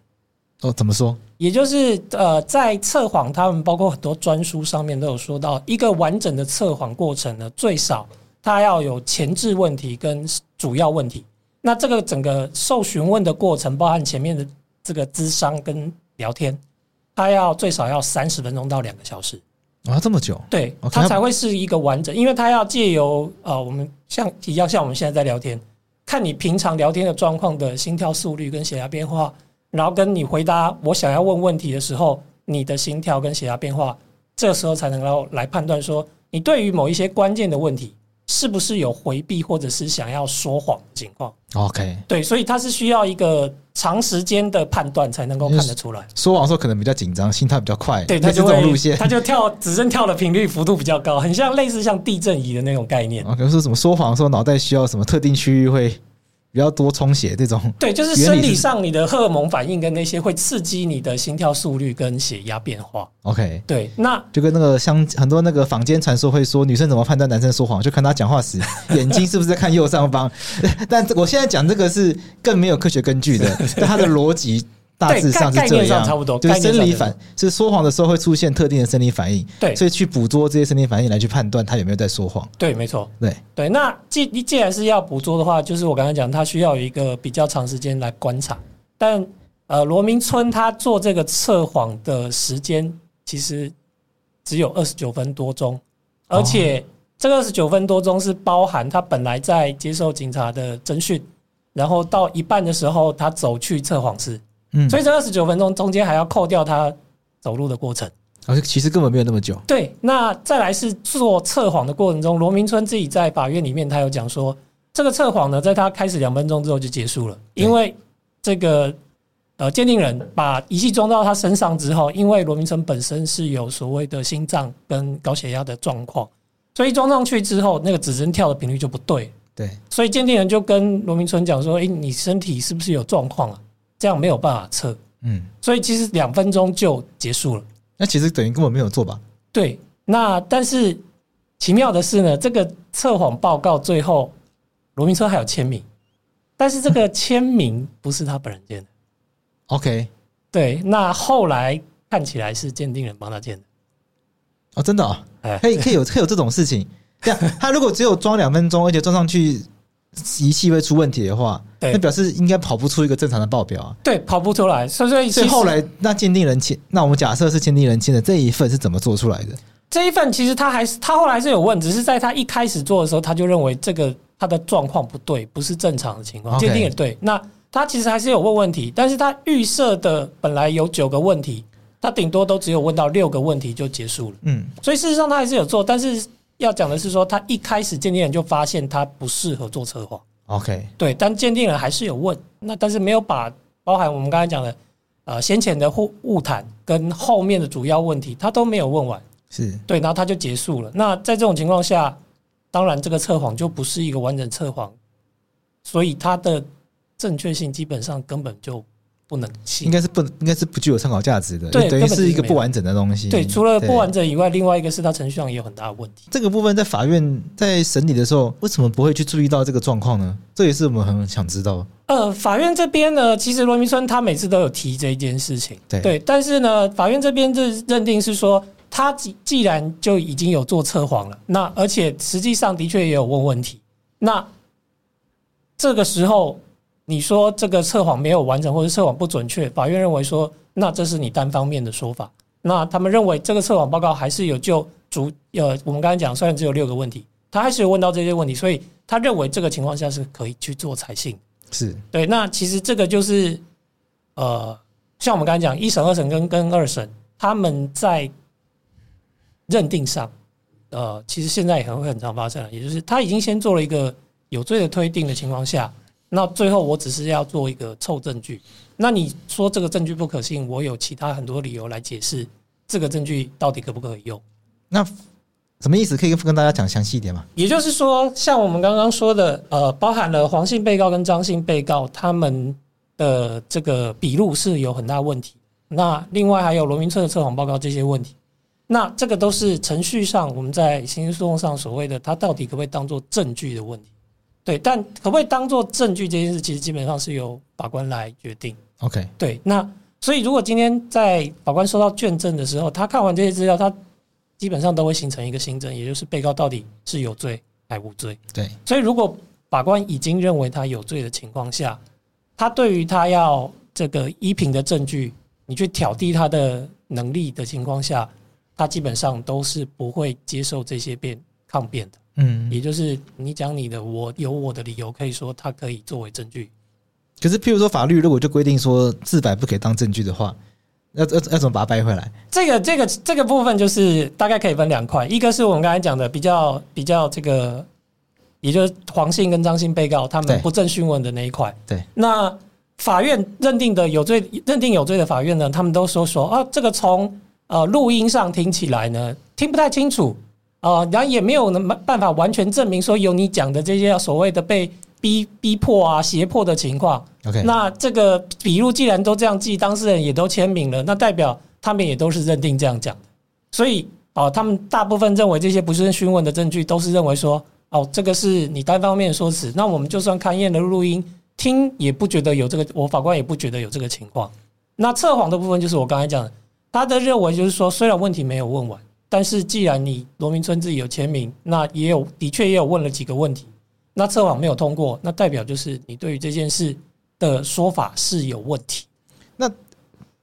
Speaker 3: 哦，怎么说？
Speaker 4: 也就是呃，在测谎，他们包括很多专书上面都有说到，一个完整的测谎过程呢，最少它要有前置问题跟主要问题。那这个整个受询问的过程，包含前面的这个咨商跟聊天，它要最少要三十分钟到两个小时，
Speaker 3: 啊，这么久？
Speaker 4: 对
Speaker 3: OK，
Speaker 4: 它
Speaker 3: 它
Speaker 4: 才会是一个完整，因为它要借由呃，我们像一样像我们现在在聊天，看你平常聊天的状况的心跳速率跟血压变化，然后跟你回答我想要问问题的时候，你的心跳跟血压变化，这时候才能够来判断说你对于某一些关键的问题是不是有回避或者是想要说谎的情况。
Speaker 3: OK，
Speaker 4: 对，所以它是需要一个长时间的判断才能够看得出来。
Speaker 3: 说谎的时候可能比较紧张，心跳比较快，
Speaker 4: 对，
Speaker 3: 它
Speaker 4: 它
Speaker 3: 这
Speaker 4: 就
Speaker 3: 种
Speaker 4: 会
Speaker 3: 路线
Speaker 4: 它。就跳指针跳的频率幅度比较高，很像类似像地震仪的那种概念。
Speaker 3: 啊，比如说什么说谎的时候，脑袋需要什么特定区域会比较多充血这种。
Speaker 4: 对，就
Speaker 3: 原
Speaker 4: 是
Speaker 3: 理
Speaker 4: 生
Speaker 3: 是
Speaker 4: 理上你的荷尔蒙反应跟那些会刺激你的心跳速率跟血压变化。
Speaker 3: OK，
Speaker 4: 对，那
Speaker 3: 就跟那个相很多那个坊间传说会说女生怎么判断男生说谎，就看他讲话 时眼睛是不是在看右上方。 但我现在讲这个是更没有科学根据 的，但它的逻辑大致上是
Speaker 4: 概概
Speaker 3: 这
Speaker 4: 念上
Speaker 3: 样，
Speaker 4: 差不多
Speaker 3: 就是
Speaker 4: 概念
Speaker 3: 生理
Speaker 4: 上差
Speaker 3: 反，就是说谎的时候会出现特定的生理反应，
Speaker 4: 对
Speaker 3: 所以去捕捉这些生理反应来去判断他有没有在说谎。
Speaker 4: 对，没错，
Speaker 3: 对，
Speaker 4: 对。那既既然是要捕捉的话，就是我刚才讲，它需要有一个比较长时间来观察。但呃，罗明春他做这个测谎的时间其实只有二十九分多钟，而且这二十九分多钟是包含他本来在接受警察的侦讯，然后到一半的时候他走去测谎室，
Speaker 3: 嗯，
Speaker 4: 所
Speaker 3: 以
Speaker 4: 以这二十九分钟中间还要扣掉他走路的过程。
Speaker 3: 而且哦其实根本没有那么久。
Speaker 4: 对，那再来是做测谎的过程中，罗明春自己在法院里面，他有讲说，这个测谎呢，在他开始两分钟之后就结束了，因为这个呃鉴定人把仪器装到他身上之后，因为罗明春本身是有所谓的心脏跟高血压的状况，所以装上去之后，那个指针跳的频率就不对，
Speaker 3: 对，
Speaker 4: 所以鉴定人就跟罗明春讲说，诶，你身体是不是有状况啊？这样没有办法测，
Speaker 3: 嗯，
Speaker 4: 所以其实两分钟就结束了。
Speaker 3: 那其实等于根本没有做吧？
Speaker 4: 对，那但是奇妙的是呢，这个测谎报告最后罗明车还有签名，但是这个签名不是他本人签的。
Speaker 3: OK，
Speaker 4: 对，那后来看起来是鉴定人帮他签的。
Speaker 3: 哦，真的、哦，
Speaker 4: 哎
Speaker 3: 可以可以有可以有这种事情。这样，他如果只有装两分钟，而且装上去仪器会出问题的话，
Speaker 4: 对
Speaker 3: 那表示应该跑不出一个正常的报表啊。
Speaker 4: 对，跑不出来，所以所以
Speaker 3: 所
Speaker 4: 其
Speaker 3: 以
Speaker 4: 实
Speaker 3: 后来那鉴定人签，那我们假设是鉴定人签的这一份是怎么做出来的？
Speaker 4: 这一份其实他还是他后来是有问，只是在他一开始做的时候，他就认为这个他的状况不对，不是正常的情况，
Speaker 3: OK
Speaker 4: 鉴定也对。那他其实还是有问问题，但是他预设的本来有九个问题，他顶多都只有问到六个问题就结束了。
Speaker 3: 嗯，
Speaker 4: 所以事实上他还是有做，但是要讲的是说，他一开始鉴定人就发现他不适合做策划，
Speaker 3: OK，
Speaker 4: 对，但鉴定人还是有问，那但是没有把包含我们刚才讲的呃先前的互误谈跟后面的主要问题，他都没有问完，
Speaker 3: 是
Speaker 4: 对，然后他就结束了。那在这种情况下，当然这个测谎就不是一个完整测谎，所以它的正确性基本上根本就不能
Speaker 3: 应
Speaker 4: 信。
Speaker 3: 该是不应该是不具有参考价值的，
Speaker 4: 对
Speaker 3: 就等于
Speaker 4: 根本就是
Speaker 3: 是一个
Speaker 4: 没有
Speaker 3: 不完整的东西。
Speaker 4: 对，除了
Speaker 3: 对
Speaker 4: 不完整以外，另外一个是它程序上也有很大的问题。
Speaker 3: 这个部分，在法院在审理的时候，为什么不会去注意到这个状况呢？这也是我们很想知道。
Speaker 4: 呃，法院这边呢，其实罗明春他每次都有提这一件事情，
Speaker 3: 对
Speaker 4: 但是呢，法院这边的认定是说，他既既然就已经有做测谎了，那而且实际上的确也有问问题，那这个时候你说这个测谎没有完整或者测谎不准确，法院认为说，那这是你单方面的说法，那他们认为这个测谎报告还是有就足呃，我们刚才讲虽然只有六个问题，他还是有问到这些问题，所以他认为这个情况下是可以去做采信的。
Speaker 3: 是
Speaker 4: 对，那其实这个就是呃，像我们刚才讲一审、二审跟跟二审，他们在认定上，呃，其实现在也很会很常发生啊了，也就是他已经先做了一个有罪的推定的情况下，那最后我只是要做一个凑证据。那你说这个证据不可信，我有其他很多理由来解释这个证据到底可不可以用。
Speaker 3: 那什么意思？可以跟大家讲详细一点吗？
Speaker 4: 也就是说，像我们刚刚说的，呃，包含了黄姓被告跟张姓被告他们的这个笔录是有很大问题。那另外还有罗明彻的测谎报告这些问题，那这个都是程序上我们在刑事诉讼上所谓的它到底可不可以当做证据的问题。对，但可不可以当做证据这件事，其实基本上是由法官来决定。
Speaker 3: OK，
Speaker 4: 对，那所以如果今天在法官收到卷证的时候，他看完这些资料，他基本上都会形成一个新证，也就是被告到底是有罪还无罪。
Speaker 3: 对，
Speaker 4: 所以如果法官已经认为他有罪的情况下，他对于他要这个依凭的证据，你去挑剔他的能力的情况下，他基本上都是不会接受这些辩抗辩的。
Speaker 3: 嗯。
Speaker 4: 也就是你讲你的，我有我的理由，可以说他可以作为证据
Speaker 3: 可是，譬如说法律如果就规定说自白不可以当证据的话，要要要怎么把它掰回来？
Speaker 4: 这个这个这个部分就是大概可以分两块，一个是我们刚才讲的比较比较这个，也就是黄姓跟张姓被告他
Speaker 3: 对
Speaker 4: 们不正讯问的那一块。
Speaker 3: 对，
Speaker 4: 那法院认定的有罪，认定有罪的法院呢，他们都说说啊，这个从呃录音上听起来呢，听不太清楚啊、呃然后也没有能办法完全证明说有你讲的这些所谓的被逼逼迫啊、胁迫的情况。
Speaker 3: OK，
Speaker 4: 那这个笔录既然都这样记，当事人也都签名了，那代表他们也都是认定这样讲的。所以哦，他们大部分认为这些不是讯问的证据，都是认为说哦，这个是你单方面的说辞。那我们就算勘验了录音，听也不觉得有这个，我法官也不觉得有这个情况。那测谎的部分就是我刚才讲的，他的认为就是说，虽然问题没有问完，但是既然你罗明春自己有签名，那也有的确也有问了几个问题，那测谎没有通过，那代表就是你对于这件事的说法是有问题。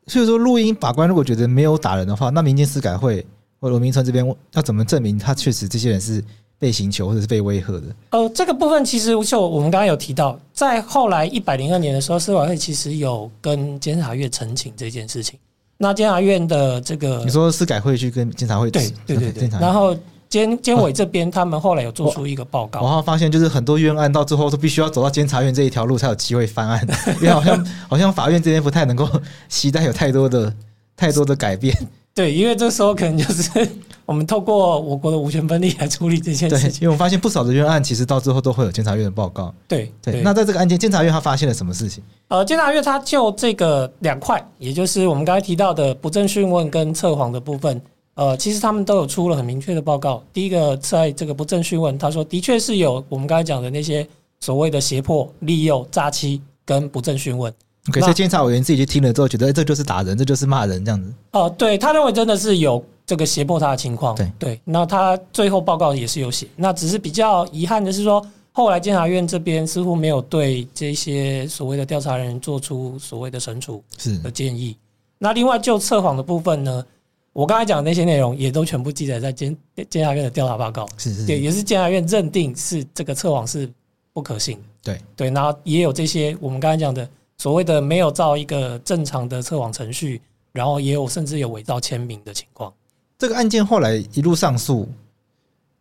Speaker 3: 所以说录音法官如果觉得没有打人的话，那民间司改会或罗明川这边要怎么证明他确实这些人是被刑求或者是被威吓的？
Speaker 4: 呃，这个部分其实就我们刚刚有提到，在后来一百零二年的时候，司法会其实有跟监察院澄清这件事情。那监察院的这个
Speaker 3: 你说司改会去跟监察会
Speaker 4: 呃对对对对，然后监监委这边他们后来有做出一个报
Speaker 3: 我
Speaker 4: 告，
Speaker 3: 好像发现，就是很多冤案到最后都必须要走到监察院这一条路才有机会翻 案，因为好像好像法院这边不太能够期待有太多的太多的改 变，
Speaker 4: 对，因为这时候可能就是 我们透过我国的无权分立来处理这件
Speaker 3: 对，
Speaker 4: 事
Speaker 3: 因
Speaker 4: 情。
Speaker 3: 为我发现不少的冤案其实到最后都会有监察院的报告。
Speaker 4: 对
Speaker 3: 对，那在这个案件，监察院他发现了什么事情？
Speaker 4: 呃，监察院它就这个两块，也就是我们刚才提到的不正讯问跟测谎的部分，呃，其实他们都有出了很明确的报告。第一个，在这个不正讯问，他说的确是有我们刚才讲的那些所谓的胁迫、利诱、诈欺跟不正讯问。
Speaker 3: OK，所以监察委员自己去听了之后，觉得、哎这就是打人，这就是骂人这样子。
Speaker 4: 呃，对他认为真的是有这个胁迫他的情况。
Speaker 3: 对
Speaker 4: 那他最后报告也是有写，那只是比较遗憾的是说，后来监察院这边似乎没有对这些所谓的调查人员做出所谓的惩处
Speaker 3: 是
Speaker 4: 的建议。那另外就测谎的部分呢，我刚才讲的那些内容也都全部记载在监监察院的调查报告，
Speaker 3: 是是
Speaker 4: 对，
Speaker 3: 是，
Speaker 4: 也是监察院认定是这个测谎是不可信的。
Speaker 3: 对
Speaker 4: 对，然后也有这些我们刚才讲的所谓的没有照一个正常的测谎程序，然后也有甚至有伪造签名的情况。
Speaker 3: 这个案件后来一路上诉，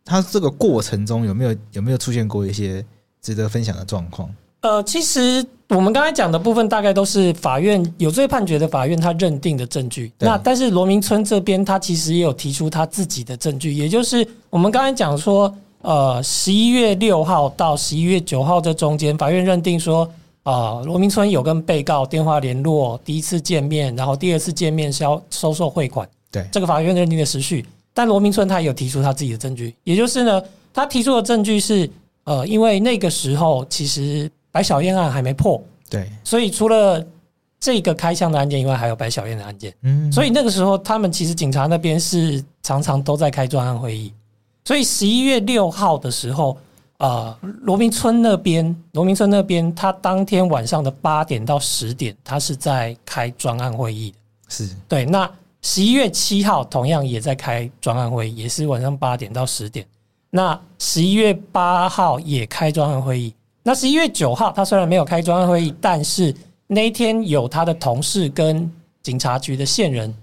Speaker 3: 它这个过程中有没有有没有出现过一些值得分享的状况？
Speaker 4: 呃，其实我们刚才讲的部分大概都是法院有罪判决的法院他认定的证据。
Speaker 3: 对
Speaker 4: 那但是罗明村这边他其实也有提出他自己的证据，也就是我们刚才讲说，呃，十一月六号到十一月九号这中间，法院认定说，啊、罗明村有跟被告电话联络，第一次见面，然后第二次见面销收受汇款。
Speaker 3: 对
Speaker 4: 这个法院认定的时序。但罗明春他也有提出他自己的证据，也就是呢，他提出的证据是，呃，因为那个时候其实白小燕案还没破，
Speaker 3: 对，
Speaker 4: 所以除了这个开枪的案件以外，还有白小燕的案件。
Speaker 3: 嗯，
Speaker 4: 所以那个时候，他们其实警察那边是常常都在开专案会议。所以十一月六号的时候，啊，罗明村那边，罗明村那边，他当天晚上的八点到十点，他是在开专案会议的。
Speaker 3: 是
Speaker 4: 对，那十一月七号同样也在开专案会议，也是晚上八点到十点。那十一月八号也开专案会议。那十一月九号，他虽然没有开专案会议，但是那一天有他的同事跟警察局的线人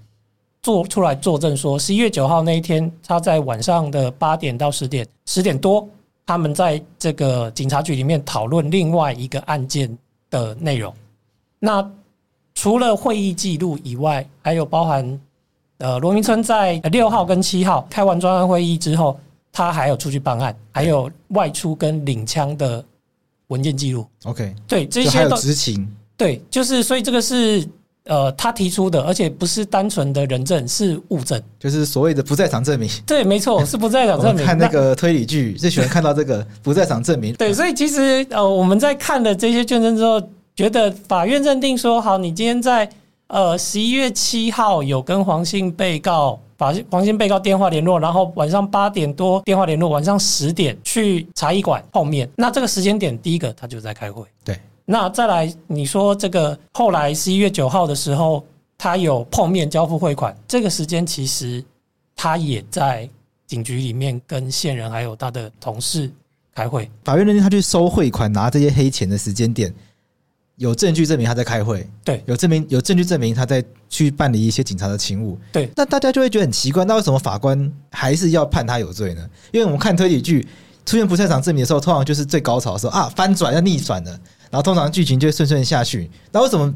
Speaker 4: 做出来作证说，十一月九号那一天，他在晚上的八点到十点，十点多，他们在这个警察局里面讨论另外一个案件的内容。那除了会议记录以外，还有包含呃罗明村在六号跟七号开完专案会议之后，他还有出去办案，还有外出跟领枪的文件记录。
Speaker 3: OK，
Speaker 4: 对，这
Speaker 3: 就还
Speaker 4: 些
Speaker 3: 有
Speaker 4: 都
Speaker 3: 执勤，
Speaker 4: 对，就是所以这个是呃他提出的，而且不是单纯的人证，是物证。
Speaker 3: 就是所谓的不在场证明。
Speaker 4: 对，没错，是不在场
Speaker 3: 我
Speaker 4: 证
Speaker 3: 们
Speaker 4: 明。
Speaker 3: 看那
Speaker 4: 那
Speaker 3: 个推理剧最喜欢看到这个不在场证明。
Speaker 4: 对，所以其实呃，我们在看了这些卷证之后，觉得法院认定说，好，你今天在呃十一月七号有跟黄姓被告法黄姓被告电话联络，然后晚上八点多电话联络，晚上十点去茶艺馆碰面。那这个时间点，第一个他就在开会。
Speaker 3: 对，
Speaker 4: 那再来，你说这个后来十一月九号的时候，他有碰面交付汇款，这个时间其实他也在警局里面跟线人还有他的同事开会。
Speaker 3: 法院认定他去收汇款拿这些黑钱的时间点，有证据证明他在开会，
Speaker 4: 对
Speaker 3: 有证明有证据证明他在去办理一些警察的勤务，
Speaker 4: 对
Speaker 3: 那大家就会觉得很奇怪，那为什么法官还是要判他有罪呢？因为我们看推理剧出现不在场证明的时候，通常就是最高潮的时候啊，翻转要逆转了，然后通常剧情就会顺顺下去。那为什么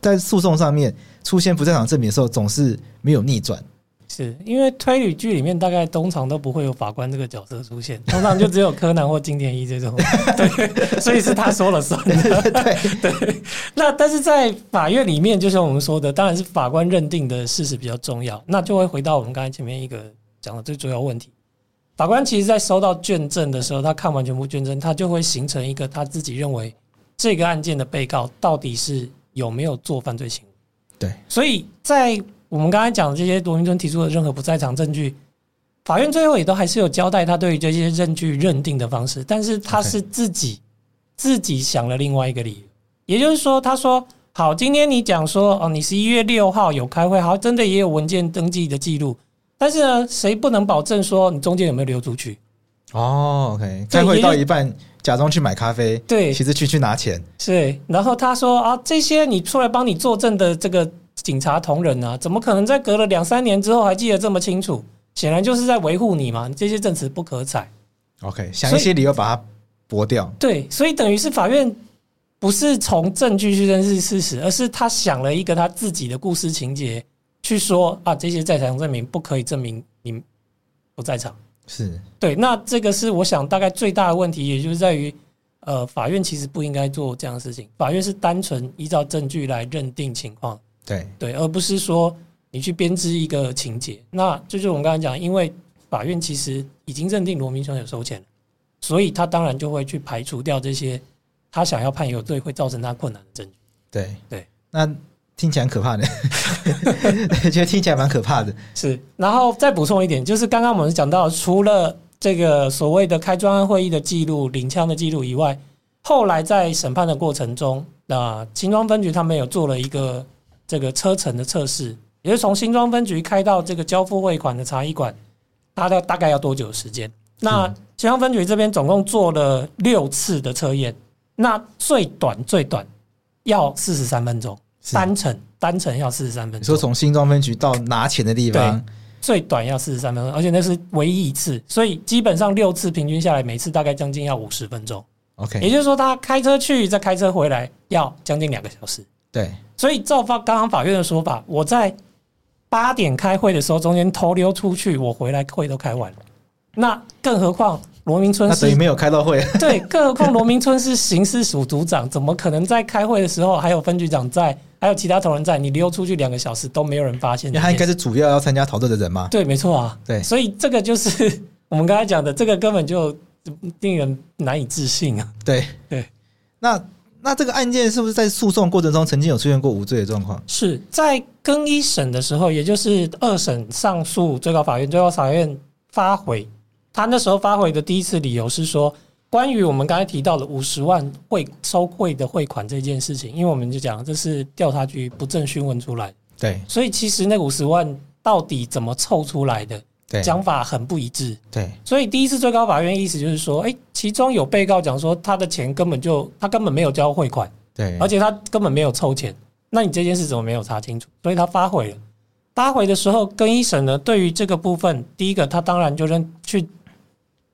Speaker 3: 在诉讼上面出现不在场证明的时候，总是没有逆转？
Speaker 4: 是因为推理剧里面大概通常都不会有法官这个角色出现，通常就只有柯南或金田一这种，对，所以是他说了算。
Speaker 3: 对，
Speaker 4: 那但是在法院里面，就像我们说的，当然是法官认定的事实比较重要。那就会回到我们刚才前面一个讲的最主要问题，法官其实在收到卷证的时候，他看完全部卷证，他就会形成一个他自己认为这个案件的被告到底是有没有做犯罪行为。
Speaker 3: 对，
Speaker 4: 所以在我们刚才讲的这些罗明春提出的任何不在场证据，法院最后也都还是有交代他对于这些证据认定的方式，但是他
Speaker 3: OK
Speaker 4: 是自己自己想了另外一个理由。也就是说，他说好，今天你讲说哦，你十一月六号有开会，好，真的也有文件登记的记录，但是呢，谁不能保证说你中间有没有流出去？
Speaker 3: 哦，OK，
Speaker 4: 对
Speaker 3: 开
Speaker 4: 也
Speaker 3: 会
Speaker 4: 就
Speaker 3: 到一半假装去买咖啡，
Speaker 4: 对，
Speaker 3: 其实去去拿钱，
Speaker 4: 是。然后他说啊，这些你出来帮你作证的这个警察同仁啊，怎么可能在隔了两三年之后还记得这么清楚？显然就是在维护你嘛，你这些证词不可采。
Speaker 3: OK，想
Speaker 4: 所
Speaker 3: 一
Speaker 4: 以
Speaker 3: 些理由把它驳掉。
Speaker 4: 对，所以等于是法院不是从证据去认识事实，而是他想了一个他自己的故事情节去说啊，这些在场证明不可以证明你不在场。
Speaker 3: 是，
Speaker 4: 对，那这个是我想大概最大的问题，也就是在于，呃，法院其实不应该做这样的事情。法院是单纯依照证据来认定情况，
Speaker 3: 对，
Speaker 4: 对，而不是说你去编织一个情节。那这就是我们刚才讲，因为法院其实已经认定罗明雄有收钱了，所以他当然就会去排除掉这些他想要判有罪会造成他困难的证据。
Speaker 3: 对
Speaker 4: 对，
Speaker 3: 那听起来很可 怕的，觉得听起来蛮可怕的。
Speaker 4: 是，然后再补充一点，就是刚刚我们讲到，除了这个所谓的开专案会议的记录、领枪的记录以外，后来在审判的过程中，那、新庄分局他们有做了一个这个车程的测试，也就是从新庄分局开到这个交付汇款的茶艺馆，大概大概要多久的时间？
Speaker 3: 嗯
Speaker 4: 那新庄分局这边总共做了六次的测验，那最短最短要四十三分钟，
Speaker 3: 是
Speaker 4: 单程单程要四十三分
Speaker 3: 你
Speaker 4: 钟
Speaker 3: 说。从新庄分局到拿钱的地方，
Speaker 4: 最短要四十三分钟，而且那是唯一一次，所以基本上六次平均下来，每次大概将近要五十分钟。也
Speaker 3: ，OK，
Speaker 4: 就是说，他开车去再开车回来要将近两个小时。
Speaker 3: 对，
Speaker 4: 所以照法刚刚法院的说法，我在八点开会的时候，中间偷溜出去，我回来会都开完了。那更何况罗明春
Speaker 3: 那等于
Speaker 4: 是
Speaker 3: 没有开到会，
Speaker 4: 对，更何况罗明春是刑事署组长，怎么可能在开会的时候还有分局长在，还有其他同仁在，你溜出去两个小时都没有人发现
Speaker 3: 因
Speaker 4: 这
Speaker 3: 为
Speaker 4: 件事？
Speaker 3: 他应该是主要要参加讨论的人嘛。
Speaker 4: 对，没错啊。
Speaker 3: 对
Speaker 4: 所以这个就是 我们刚才讲的，这个根本就令人难以置信啊。
Speaker 3: 对
Speaker 4: 对，
Speaker 3: 那那这个案件是不是在诉讼过程中曾经有出现过无罪的状况？
Speaker 4: 是在更一审的时候，也就是二审上诉最高法院，最高法院发回，他那时候发回的第一次理由是说，关于我们刚才提到的五十万汇收贿的汇款这件事情，因为我们就讲这是调查局不正讯问出来的，
Speaker 3: 对
Speaker 4: 所以其实那五十万到底怎么凑出来的，
Speaker 3: 对
Speaker 4: 讲法很不一致。
Speaker 3: 对
Speaker 4: 所以第一次最高法院意思就是说，哎、其中有被告讲说他的钱根本就他根本没有交汇款，
Speaker 3: 对，
Speaker 4: 而且他根本没有抽钱，那你这件事怎么没有查清楚？所以他发回了。发回的时候，更一审呢对于这个部分，第一个他当然就认去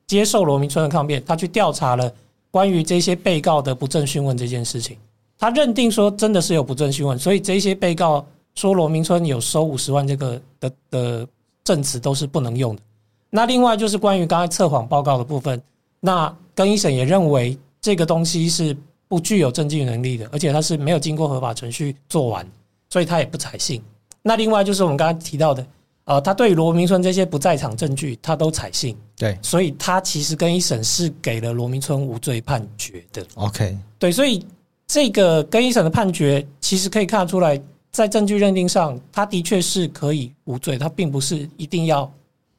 Speaker 4: 接受罗明春的抗辩，他去调查了关于这些被告的不正讯问这件事情，他认定说真的是有不正讯问，所以这些被告说罗明春有收五十万这个的的证词都是不能用的。那另外就是关于刚才测谎报告的部分，那更一审也认为这个东西是不具有证据能力的，而且它是没有经过合法程序做完，所以他也不采信。那另外就是我们刚才提到的，呃，他对于罗明春这些不在场证据，他都采信，
Speaker 3: 对
Speaker 4: 所以他其实更一审是给了罗明春无罪判决的。
Speaker 3: ，OK，
Speaker 4: 对，所以这个更一审的判决其实可以看得出来，在证据认定上，他的确是可以无罪，他并不是一定要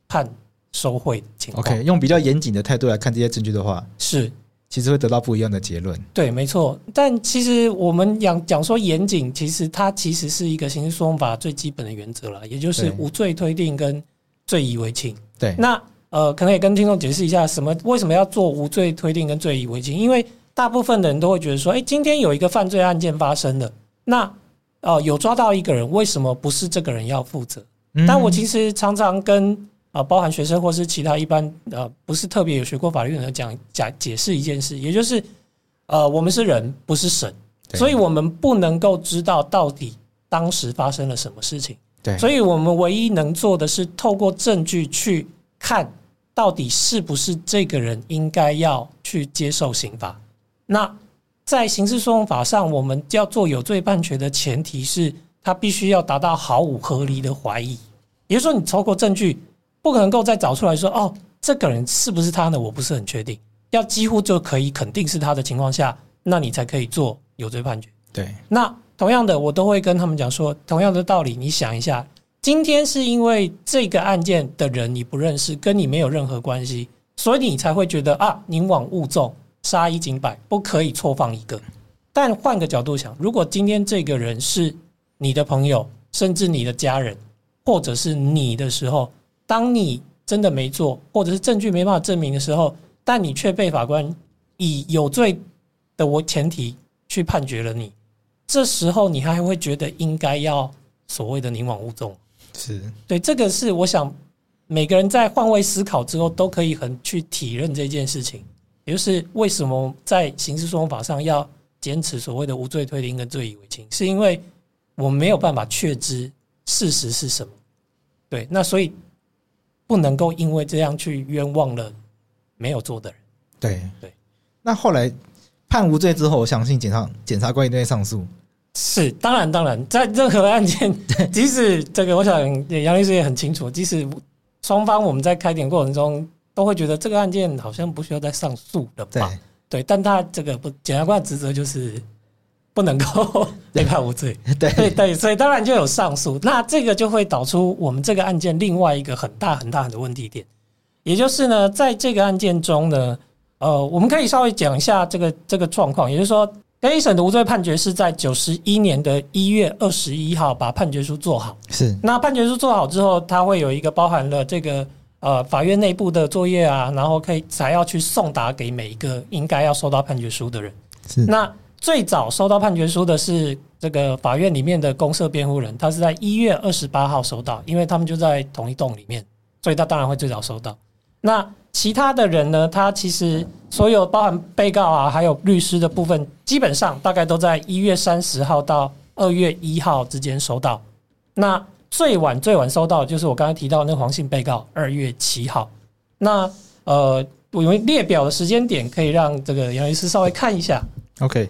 Speaker 4: 判收贿的情况。
Speaker 3: OK，用比较严谨的态度来看这些证据的话，
Speaker 4: 是
Speaker 3: 其实会得到不一样的结论。
Speaker 4: 对，没错。但其实我们讲讲说严谨，其实它其实是一个刑事诉讼法最基本的原则了，也就是
Speaker 3: 对
Speaker 4: 无罪推定跟罪以为轻。
Speaker 3: 对，
Speaker 4: 那呃，可能也跟听众解释一下，什么为什么要做无罪推定跟罪以为轻？因为大部分的人都会觉得说，哎，今天有一个犯罪案件发生了，那呃有抓到一个人，为什么不是这个人要负责？
Speaker 3: 嗯
Speaker 4: 但我其实常常跟啊、呃包含学生或是其他一般呃不是特别有学过法律的人讲讲解释一件事，也就是呃我们是人不是神，
Speaker 3: 对
Speaker 4: 所以我们不能够知道到底当时发生了什么事情。
Speaker 3: 对，
Speaker 4: 所
Speaker 3: 以
Speaker 4: 以我们唯一能做的是透过证据去看到底是不是这个人应该要去接受刑罚。那在刑事诉讼法上，我们要做有罪判决的前提是他必须要达到毫无合理的怀疑，也就是说，你透过证据不可能够再找出来说，哦，这个人是不是他呢？我不是很确定。要几乎就可以肯定是他的情况下，那你才可以做有罪判决。
Speaker 3: 对
Speaker 4: 那同样的，我都会跟他们讲说，同样的道理，你想一下，今天是因为这个案件的人你不认识，跟你没有任何关系，所以你才会觉得啊，宁枉勿纵，杀一儆百，不可以错放一个。但换个角度想，如果今天这个人是你的朋友，甚至你的家人，或者是你的时候，当你真的没做，或者是证据没办法证明的时候，但你却被法官以有罪的我前提去判决了你，这时候你还会觉得应该要所谓的宁枉勿纵。
Speaker 3: 是
Speaker 4: 对，这个是我想每个人在换位思考之后都可以很去体认这件事情，也就是为什么在刑事诉讼法上要坚持所谓的无罪推定跟罪以为轻，是因为我们没有办法确知事实是什么。对，那所以不能够因为这样去冤枉了没有做的人。
Speaker 3: 对
Speaker 4: 对。
Speaker 3: 那后来判无罪之后，我相信检察检察官一定会上诉。
Speaker 4: 是，当然当然，在任何案件，即使这个，我想杨律师也很清楚，即使双方我们在开庭过程中都会觉得这个案件好像不需要再上诉了
Speaker 3: 对
Speaker 4: 吧？对，但他这个不，检察官的职责就是不能够 被判无罪。 对
Speaker 3: 对
Speaker 4: 对，所以当然就有上诉。那这个就会导出我们这个案件另外一个很大很大的问题点，也就是呢，在这个案件中呢，呃，我们可以稍微讲一下这个这个状况，也就是说，该一审的无罪判决是在九十一年的一月二十一号把判决书做好。
Speaker 3: 是
Speaker 4: 那判决书做好之后，它会有一个包含了这个呃法院内部的作业啊，然后可以才要去送达给每一个应该要收到判决书的人。
Speaker 3: 是
Speaker 4: 那最早收到判决书的是这个法院里面的公社辩护人，他是在一月二十八号收到，因为他们就在同一栋里面，所以他当然会最早收到。那其他的人呢？他其实所有包含被告啊，还有律师的部分，基本上大概都在一月三十号到二月一号之间收到。那最晚最晚收到的就是我刚才提到那个黄姓被告，二月七号。那呃，我们列表的时间点可以让这个杨律师稍微看一下。
Speaker 3: OK。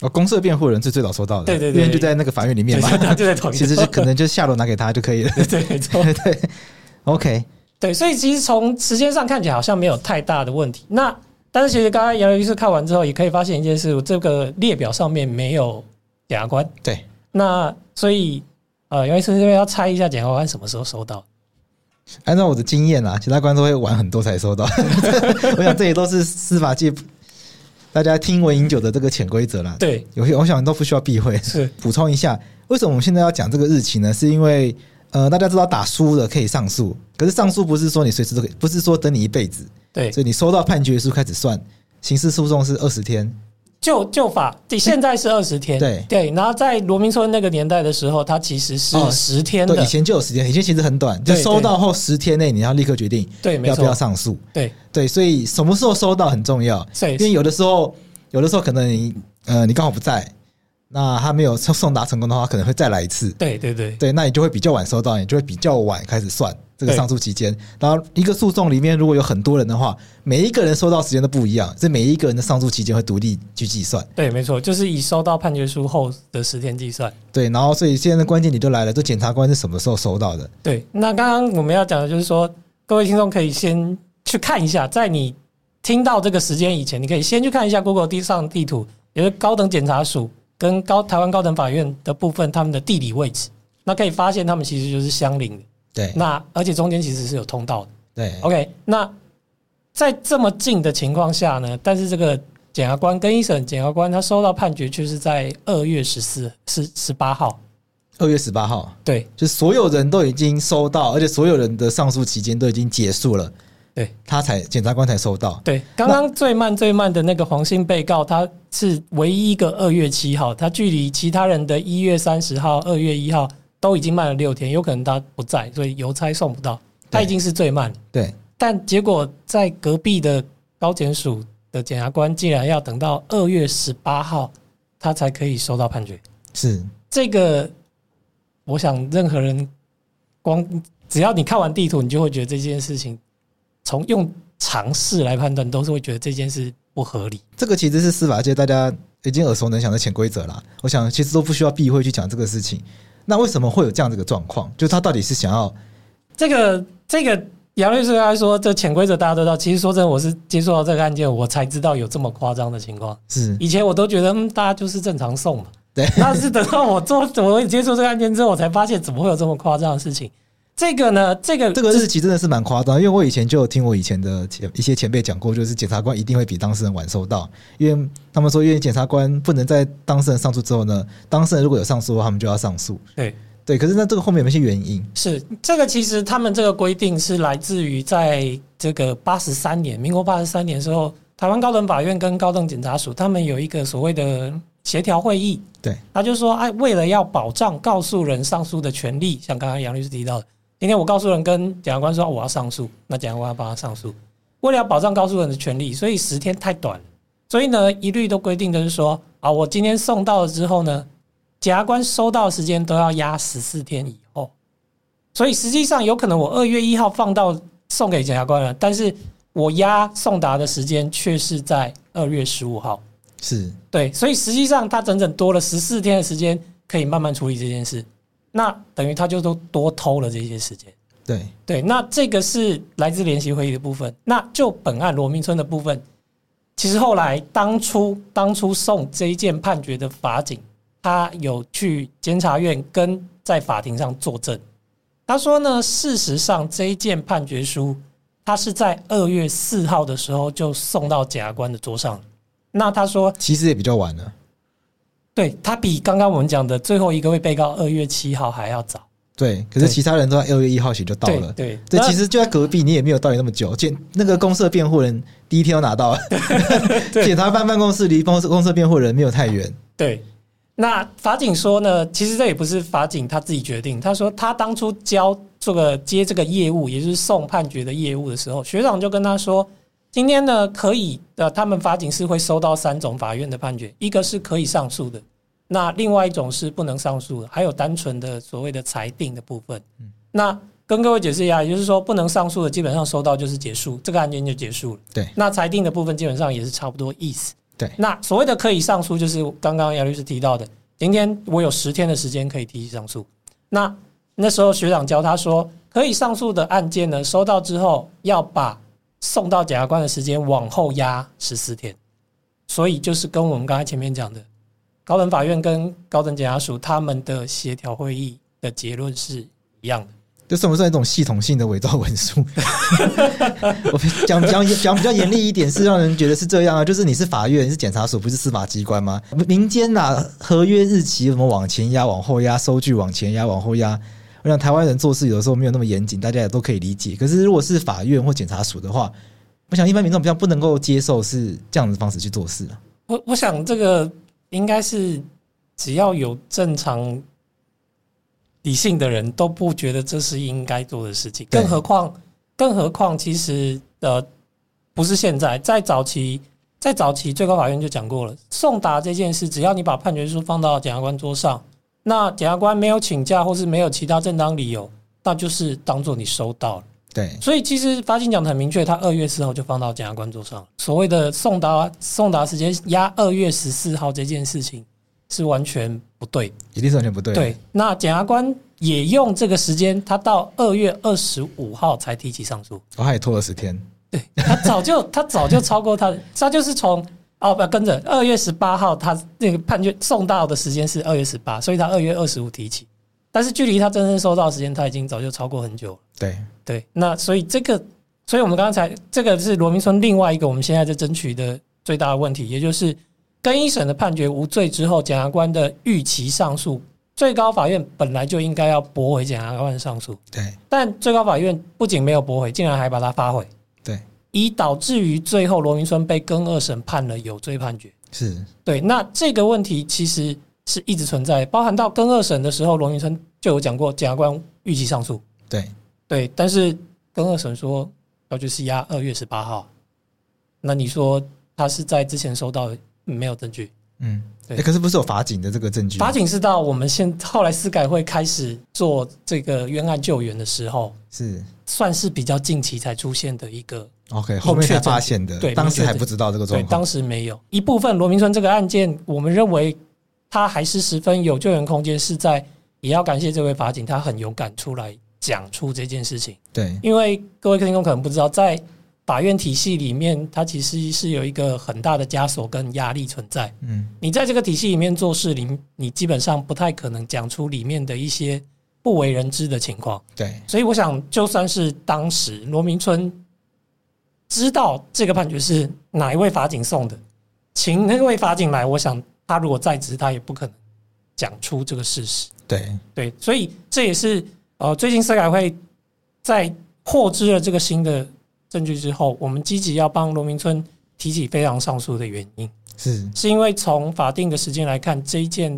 Speaker 3: 哦，公社辩护人是最早收到的，
Speaker 4: 对对对
Speaker 3: 因为就在那个法院里面嘛，
Speaker 4: 对他就在同 一
Speaker 3: 其实
Speaker 4: 栋
Speaker 3: 就可能就下楼拿给他就 可以了。
Speaker 4: 对，没错，
Speaker 3: 对对，OK，
Speaker 4: 对，所以其实从时间上看起来好像没有太大的问题。那但是其实刚才杨律师看完之后，也可以发现一件事：我这个列表上面没有检察官。
Speaker 3: 对，
Speaker 4: 那所以呃，杨律师这边要猜一下检察官什么时候收到？
Speaker 3: 按照我的经验啊，其他官都会晚很多才收到。 我想这也都是司法界大家听闻已久的这个潜规则啦。
Speaker 4: 对，
Speaker 3: 有些我想都不需要避讳。
Speaker 4: 是
Speaker 3: 补充一下，为什么我们现在要讲这个日期呢？是因为呃，大家知道打输了可以上诉，可是上诉不是说你随时都可以，不是说等你一辈子，
Speaker 4: 对。
Speaker 3: 所以你收到判决书开始算，刑事诉讼是二十天。
Speaker 4: 旧旧法，对，现在是二十天。
Speaker 3: 对
Speaker 4: 对，然后在罗明春那个年代的时候，它其实是
Speaker 3: 哦
Speaker 4: 十天的。
Speaker 3: 对，以前就有时间，以前其实很短，就
Speaker 4: 对对
Speaker 3: 收到后十天内你要立刻决定
Speaker 4: 对，没
Speaker 3: 要不要
Speaker 4: 错。
Speaker 3: 上诉。
Speaker 4: 对，
Speaker 3: 对，所以什么时候收到很重要，
Speaker 4: 所以
Speaker 3: 因为有的时候，有的时候可能你呃你刚好不在，那他没有送送达成功的话，可能会再来一次。
Speaker 4: 对对对
Speaker 3: 对，那你就会比较晚收到，你就会比较晚开始算这个
Speaker 4: 对
Speaker 3: 上诉期间。然后一个诉讼里面如果有很多人的话，每一个人收到时间都不一样，这每一个人的上诉期间会独立去计算。
Speaker 4: 对，没错，就是以收到判决书后的十天计算。
Speaker 3: 对，然后所以现在的关键点就来了，这检察官是什么时候收到的？
Speaker 4: 对，那刚刚我们要讲的就是说，各位听众可以先去看一下，在你听到这个时间以前，你可以先去看一下 Google 地上地图，也就是高等检察署跟高台湾高等法院的部分，他们的地理位置，那可以发现他们其实就是相邻的。
Speaker 3: 对
Speaker 4: 那而且中间其实是有通道的。
Speaker 3: 对
Speaker 4: OK，那在这么近的情况下呢，但是这个检察官跟一审检察官他收到判决却是在二月十四、十十八号。
Speaker 3: 二月十八号，
Speaker 4: 对
Speaker 3: 就所有人都已经收到，而且所有人的上诉期间都已经结束了，
Speaker 4: 对，
Speaker 3: 他才检察官才收到。
Speaker 4: 对，刚刚最慢最慢的那个黄姓被告，他是唯一一个二月七号，他距离其他人的一月三十号、二月一号都已经慢了六天，有可能他不在，所以邮差送不到，他已经是最慢了。
Speaker 3: 对，
Speaker 4: 但结果在隔壁的高检署的检察官竟然要等到二月十八号，他才可以收到判决。
Speaker 3: 是
Speaker 4: 这个，我想任何人光只要你看完地图，你就会觉得这件事情从用常识来判断，都是会觉得这件事不合理。
Speaker 3: 这个其实是司法界大家已经耳熟能详的潜规则啦。我想其实都不需要避讳去讲这个事情。那为什么会有这样的一个状况？就是他到底是想要
Speaker 4: 这个这个杨律师刚才说这潜规则大家都知道，其实说真的，我是接触到这个案件，我才知道有这么夸张的情况。
Speaker 3: 是
Speaker 4: 以前我都觉得，嗯，大家就是正常送嘛。
Speaker 3: 对，
Speaker 4: 那是等到我做我接触这个案件之后，我才发现怎么会有这么夸张的事情。这个呢，这个
Speaker 3: 这个日期真的是蛮夸张，因为我以前就有听我以前的前一些前辈讲过，就是检察官一定会比当事人晚收到，因为他们说，因为检察官不能在当事人上诉之后呢，当事人如果有上诉的话，他们就要上诉。
Speaker 4: 对。
Speaker 3: 对，可是那这个后面有没有一些原因？
Speaker 4: 是这个，其实他们这个规定是来自于在这个八十三年，民国八十三年的时候，台湾高等法院跟高等检察署他们有一个所谓的协调会议，
Speaker 3: 对，
Speaker 4: 他就说，哎，为了要保障告诉人上诉的权利，像刚刚杨律师提到的，今天我告诉人跟检察官说我要上诉，那检察官要帮他上诉，为了要保障告诉人的权利，所以十天太短了，所以呢，一律都规定的是说，啊，我今天送到了之后呢，检察官收到的时间都要压十四天以后。所以实际上有可能我二月一号放到送给检察官了，但是我押送达的时间却是在二月十五号，
Speaker 3: 是
Speaker 4: 对，所以实际上他整整多了十四天的时间可以慢慢处理这件事，那等于他就都多偷了这些时间。
Speaker 3: 对，
Speaker 4: 对，那这个是来自联席会议的部分。那就本案罗明村的部分，其实后来当初当初送这一件判决的法警，他有去监察院跟在法庭上作证。他说呢，事实上这一件判决书，他是在二月四号的时候就送到检察官的桌上。那他说，
Speaker 3: 其实也比较晚了。
Speaker 4: 对他比刚刚我们讲的最后一个位被告二月七号还要早。
Speaker 3: 对，可是
Speaker 4: 对
Speaker 3: 其他人都在二月一号写就到
Speaker 4: 对
Speaker 3: 了。
Speaker 4: 对，
Speaker 3: 对，
Speaker 4: 那
Speaker 3: 其实就在隔壁，你也没有到底那么久。检那个公社辩护人第一天都拿到了，检察办办公室离公社公社辩护人没有太远。
Speaker 4: 对，那法警说呢，其实这也不是法警他自己决定。他说他当初交这个接这个业务，也就是送判决的业务的时候，学长就跟他说，今天呢可以呃，他们法警是会收到三种法院的判决，一个是可以上诉的，那另外一种是不能上诉的，还有单纯的所谓的裁定的部分。那跟各位解释一下，也就是说，不能上诉的基本上收到就是结束，这个案件就结束了。
Speaker 3: 对
Speaker 4: 那裁定的部分基本上也是差不多意思。
Speaker 3: 对
Speaker 4: 那所谓的可以上诉，就是刚刚杨律师提到的，今天我有十天的时间可以提起上诉。那那时候学长教他说，可以上诉的案件呢，收到之后要把送到检察官的时间往后压十四天，所以就是跟我们刚才前面讲的，高等法院跟高等检察署他们的协调会议的结论是一样的。
Speaker 3: 这算不算一种系统性的伪造文书？ 我讲讲讲比较严厉一点，是让人觉得是这样啊，就是你是法院，你是检察署，不是司法机关吗？民间呐、合约日期什么往前压、往后压，收据往前压、往后压。我想台湾人做事有的时候没有那么严谨，大家也都可以理解。可是如果是法院或检察署的话，我想一般民众比较不能够接受是这样的方式去做事啊。
Speaker 4: 我我想这个应该是只要有正常理性的人都不觉得这是应该做的事情，
Speaker 3: 对
Speaker 4: 更何况更何况其实呃不是现在，在早期在早期最高法院就讲过了，送达这件事，只要你把判决书放到检察官桌上，那检察官没有请假或是没有其他正当理由，那就是当做你收到了。
Speaker 3: 对，
Speaker 4: 所以其实法警讲的很明确，他二月四号就放到检察官桌上了。所谓的送达送达时间压二月十四号这件事情是完全不对的。
Speaker 3: 一定是完全不对。
Speaker 4: 对，那检察官也用这个时间，他到二月二十五号才提起上诉。
Speaker 3: 我还哦拖了十天。
Speaker 4: 对他早就他早就超过他的，他就是从哦不跟着二月十八号，他那个判决送到的时间是二月十八，所以他二月二十五提起，但是距离他真正收到的时间，他已经早就超过很久了。
Speaker 3: 对，
Speaker 4: 对，那所以这个，所以我们刚才这个是罗明村另外一个我们现在在争取的最大的问题，也就是更一审的判决无罪之后，检察官的预期上诉，最高法院本来就应该要驳回检察官的上诉，
Speaker 3: 对，
Speaker 4: 但最高法院不仅没有驳回，竟然还把它发回，
Speaker 3: 对，
Speaker 4: 以导致于最后罗明村被更二审判了有罪判决。
Speaker 3: 是，
Speaker 4: 对，那这个问题其实是一直存在，包含到更二审的时候，罗明村就有讲过检察官预期上诉。
Speaker 3: 对，
Speaker 4: 对，但是跟二审说要去施压二月十八号，那你说他是在之前收到的没有证据？
Speaker 3: 嗯，
Speaker 4: 对
Speaker 3: 诶可是不是有法警的这个证据吗？
Speaker 4: 法警是到我们现后来司改会开始做这个冤案救援的时候，
Speaker 3: 是
Speaker 4: 算是比较近期才出现的一个，
Speaker 3: OK，后面才发现的，
Speaker 4: 对
Speaker 3: 当时
Speaker 4: 明确
Speaker 3: 还
Speaker 4: 证据
Speaker 3: 不知道这个
Speaker 4: 对，
Speaker 3: 状况
Speaker 4: 当。时没有一部分罗明春这个案件，我们认为他还是十分有救援空间，是在也要感谢这位法警，他很勇敢出来讲出这件事情。
Speaker 3: 对，
Speaker 4: 因为各位听众可能不知道，在法院体系里面，它其实是有一个很大的枷锁跟压力存在。
Speaker 3: 嗯，
Speaker 4: 你在这个体系里面做事，你你基本上不太可能讲出里面的一些不为人知的情况。
Speaker 3: 对，
Speaker 4: 所以，我想，就算是当时罗明春知道这个判决是哪一位法警送的，请那位法警来，我想他如果在职，他也不可能讲出这个事实。
Speaker 3: 对，
Speaker 4: 对，所以这也是呃，最近司改会在获知了这个新的证据之后，我们积极要帮罗明村提起非常上诉的原因，
Speaker 3: 是，
Speaker 4: 是因为从法定的时间来看，这一件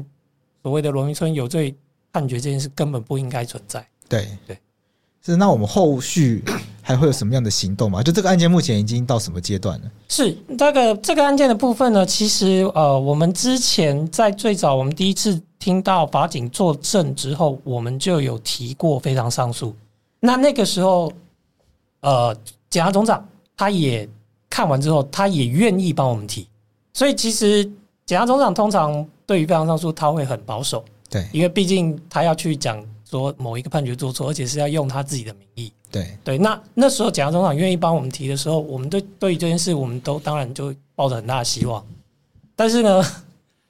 Speaker 4: 所谓的罗明村有罪判决这件事根本不应该存在。
Speaker 3: 对，
Speaker 4: 对，
Speaker 3: 是。那我们后续还会有什么样的行动吗？就这个案件目前已经到什么阶段了？
Speaker 4: 是这个这个案件的部分呢，其实呃，我们之前在最早我们第一次听到法警作证之后，我们就有提过非常上诉。那那个时候，呃，检察总长他也看完之后，他也愿意帮我们提，所以其实检察总长通常对于被告上诉他会很保守，
Speaker 3: 对
Speaker 4: 因为毕竟他要去讲说某一个判决做错，而且是要用他自己的名义。
Speaker 3: 对
Speaker 4: 对，那那时候检察总长愿意帮我们提的时候，我们对对于这件事，我们都当然就抱着很大的希望。但是呢，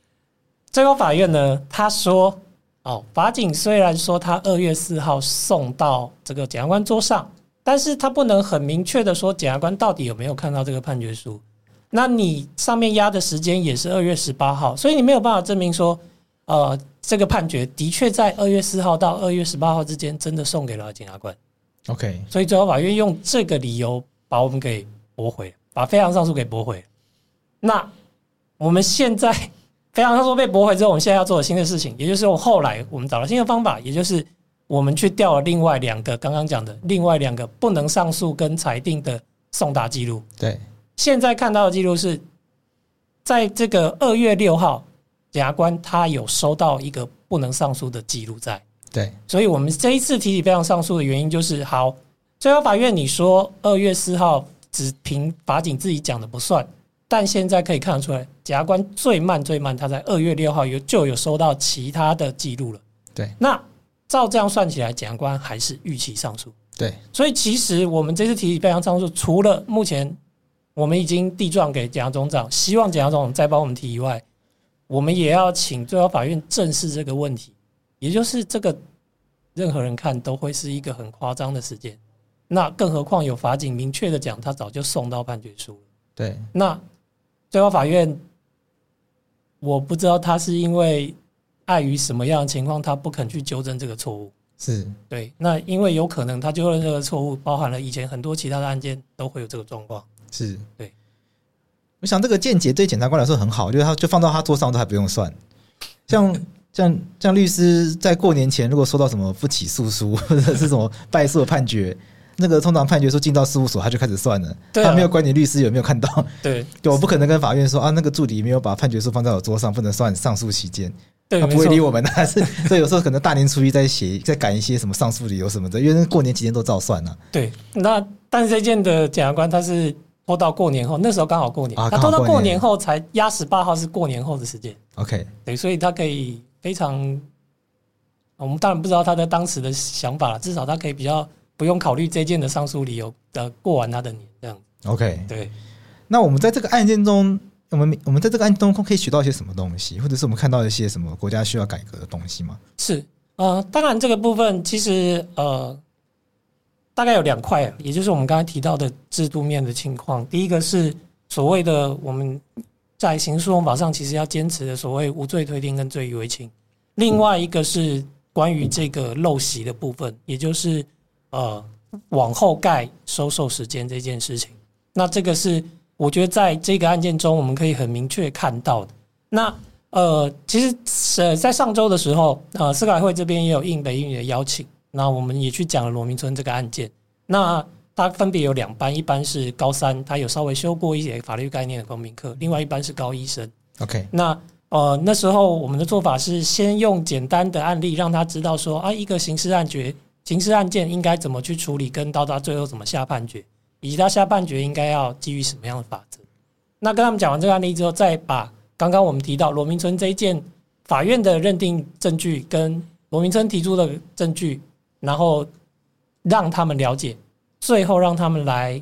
Speaker 4: 最高法院呢，他说，哦，法警虽然说他二月四号送到这个检察官桌上，但是他不能很明确的说检察官到底有没有看到这个判决书。那你上面压的时间也是二月十八号，所以你没有办法证明说，呃，这个判决的确在二月四号到二月十八号之间真的送给了检察官。
Speaker 3: ，OK，
Speaker 4: 所以最高法院用这个理由把我们给驳回，把非常上诉给驳回。那我们现在非常上诉被驳回之后，我们现在要做的新的事情，也就是我后来我们找了新的方法，也就是我们去调了另外两个刚刚讲的另外两个不能上诉跟裁定的送达记录。
Speaker 3: 对
Speaker 4: 现在看到的记录是，在这个二月六号，检察官他有收到一个不能上诉的记录在。
Speaker 3: 对
Speaker 4: 所以我们这一次提起非常上诉的原因就是，好，最高法院你说二月四号只凭法警自己讲的不算，但现在可以看得出来，检察官最慢最慢，他在二月六号有就有收到其他的记录了。
Speaker 3: 对
Speaker 4: 那照这样算起来，检察官还是预期上诉。
Speaker 3: 对
Speaker 4: 所以其实我们这次提起非常上诉，除了目前我们已经递状给检察总长，希望检察总长再帮我们提以外，我们也要请最高法院正视这个问题，也就是这个任何人看都会是一个很夸张的时间。那更何况有法警明确的讲，他早就送到判决书了。
Speaker 3: 对
Speaker 4: 那最高法院，我不知道他是因为碍于什么样的情况，他不肯去纠正这个错误。
Speaker 3: 是，
Speaker 4: 对，那因为有可能他纠正这个错误，包含了以前很多其他的案件都会有这个状况。
Speaker 3: 是，
Speaker 4: 对。
Speaker 3: 我想这个见解对检察官来说很好，就是他就放到他桌上都还不用算。像像像律师在过年前如果收到什么不起诉书或者是什么败诉的判决，那个通常判决书进到事务所他就开始算了，
Speaker 4: 对啊
Speaker 3: 他没有管你律师有没有看到。
Speaker 4: 对
Speaker 3: 对，我不可能跟法院说啊，那个助理没有把判决书放在我桌上，不能算上诉期间，
Speaker 4: 对，
Speaker 3: 他
Speaker 4: 没
Speaker 3: 不会
Speaker 4: 错
Speaker 3: 理我们的、 是，所以有时候可能大年初一在写，在赶一些什么上诉理由什么的，因为那过年期间都照算了、
Speaker 4: 对，那但是这件的检察官他是拖到过年后，那时候刚好过年，
Speaker 3: 啊
Speaker 4: 他
Speaker 3: 刚好
Speaker 4: 拖到
Speaker 3: 过
Speaker 4: 过
Speaker 3: 年
Speaker 4: 年后才压十八号是过年后的时间，
Speaker 3: OK，
Speaker 4: 对，所以他可以非常，我们当然不知道他在当时的想法了，至少他可以比较不用考虑这件的上诉理由，呃，过完他的年这样。
Speaker 3: OK，
Speaker 4: 对，
Speaker 3: 那我们在这个案件中，我们我们在这个案件中可以学到一些什么东西，或者是我们看到一些什么国家需要改革的东西吗？
Speaker 4: 是，呃，当然这个部分其实呃，大概有两块，啊也就是我们刚才提到的制度面的情况。第一个是所谓的我们在刑事诉讼法上其实要坚持的所谓无罪推定跟罪与为轻，另外一个是关于这个陋习的部分，也就是呃往后盖收受时间这件事情。那这个是我觉得在这个案件中我们可以很明确看到的。那呃，其实呃，在上周的时候，呃，司改会这边也有应北英语的邀请，那我们也去讲了罗明村这个案件。那它分别有两班，一班是高三，他有稍微修过一些法律概念的公民课；，另外一班是高一生。
Speaker 3: OK，
Speaker 4: 那呃，那时候我们的做法是先用简单的案例让他知道说啊，一个刑事案决、刑事案件应该怎么去处理，跟到他最后怎么下判决，以及他下判决应该要基于什么样的法则。那跟他们讲完这个案例之后，再把刚刚我们提到罗明村这一件法院的认定证据跟罗明村提出的证据，然后让他们了解，最后让他们来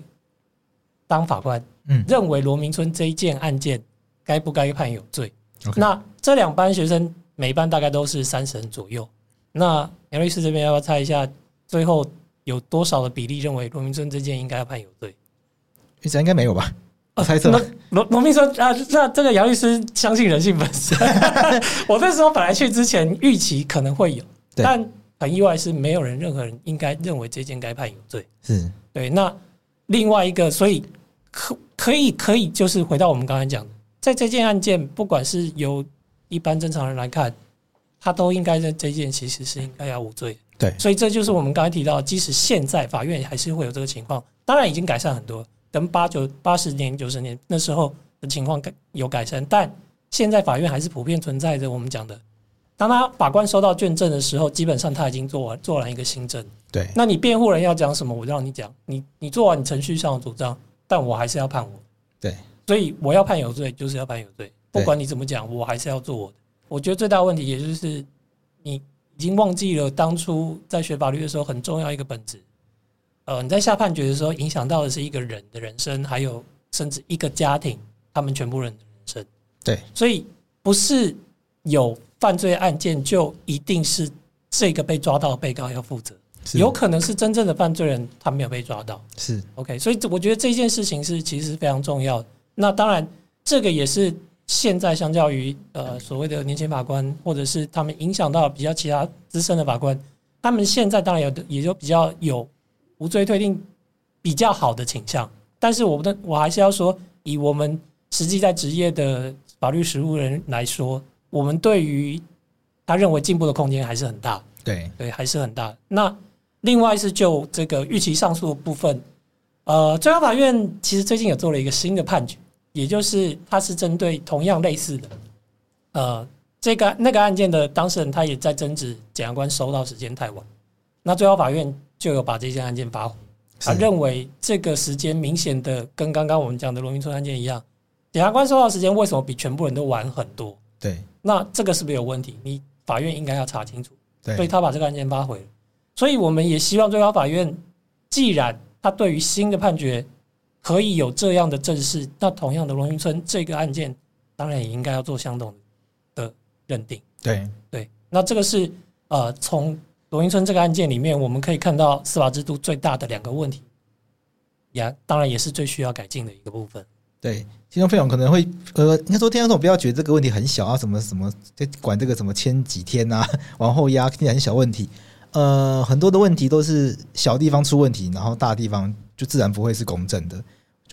Speaker 4: 当法官，
Speaker 3: 嗯
Speaker 4: 认为罗明村这一件案件该不该判有罪。
Speaker 3: OK
Speaker 4: 那这两班学生每班大概都是三十人左右。那杨律师这边要不要猜一下，最后有多少的比例认为罗明村这件应该要判有罪？
Speaker 3: 预算应该没有吧？我哦猜测吧，
Speaker 4: 罗罗明村啊，那这个杨律师相信人性本 善。我那时候本来去之前预期可能会有，
Speaker 3: 对
Speaker 4: 但很意外是没有人任何人应该认为这件该判有罪。
Speaker 3: 是
Speaker 4: 对，那另外一个，所以可可以可以就是回到我们刚才讲的，在这件案件，不管是由一般正常人来看，他都应该在这件其实是应该要无罪的。
Speaker 3: 对
Speaker 4: 所以这就是我们刚才提到，即使现在法院还是会有这个情况，当然已经改善很多，跟八九八十年、九十年那时候的情况改有改善，但现在法院还是普遍存在着我们讲的，当他法官收到卷证的时候，基本上他已经做完做完一个新证。
Speaker 3: 对
Speaker 4: 那你辩护人要讲什么，我让你讲，你你做完你程序上的主张，但我还是要判我。
Speaker 3: 对，
Speaker 4: 所以我要判有罪，就是要判有罪，不管你怎么讲，我还是要做我的。我觉得最大的问题也就是你已经忘记了当初在学法律的时候很重要一个本质。呃，你在下判决的时候，影响到的是一个人的人生，还有甚至一个家庭，他们全部人的人生。
Speaker 3: 对，
Speaker 4: 所以不是有犯罪案件就一定是这个被抓到的被告要负责，
Speaker 3: 是
Speaker 4: 有可能是真正的犯罪人他没有被抓到。
Speaker 3: 是
Speaker 4: OK，所以这我觉得这件事情是其实非常重要的。那当然，这个也是现在相较于呃所谓的年轻法官，或者是他们影响到比较其他资深的法官，他们现在当然有的也就比较有无罪推定比较好的倾向。但是我们的我还是要说，以我们实际在职业的法律实务人来说，我们对于他认为进步的空间还是很大。
Speaker 3: 对，
Speaker 4: 对，还是很大。那另外是就这个预期上诉的部分，呃，最高法院其实最近有做了一个新的判决，也就是它是针对同样类似的，呃，这个那个案件的当事人他也在争执检察官收到时间太晚，那最高法院就有把这件案件发回，他
Speaker 3: 是
Speaker 4: 啊认为这个时间明显的跟刚刚我们讲的罗明春案件一样，检察官收到时间为什么比全部人都晚很多？
Speaker 3: 对
Speaker 4: 那这个是不是有问题？你法院应该要查清楚。所以
Speaker 3: 对
Speaker 4: 他把这个案件发回了。所以我们也希望最高法院，既然他对于新的判决可以有这样的正视，那同样的龙云村这个案件，当然也应该要做相同的认定。
Speaker 3: 对
Speaker 4: 对，那这个是呃，从龙云村这个案件里面，我们可以看到司法制度最大的两个问题，也当然也是最需要改进的一个部分。
Speaker 3: 对，听众朋友可能会呃，应该说听众朋友不要觉得这个问题很小啊，什么什么就管这个什么签几天啊， 往后压听起来很小问题，呃，很多的问题都是小地方出问题，然后大地方就自然不会是公正的。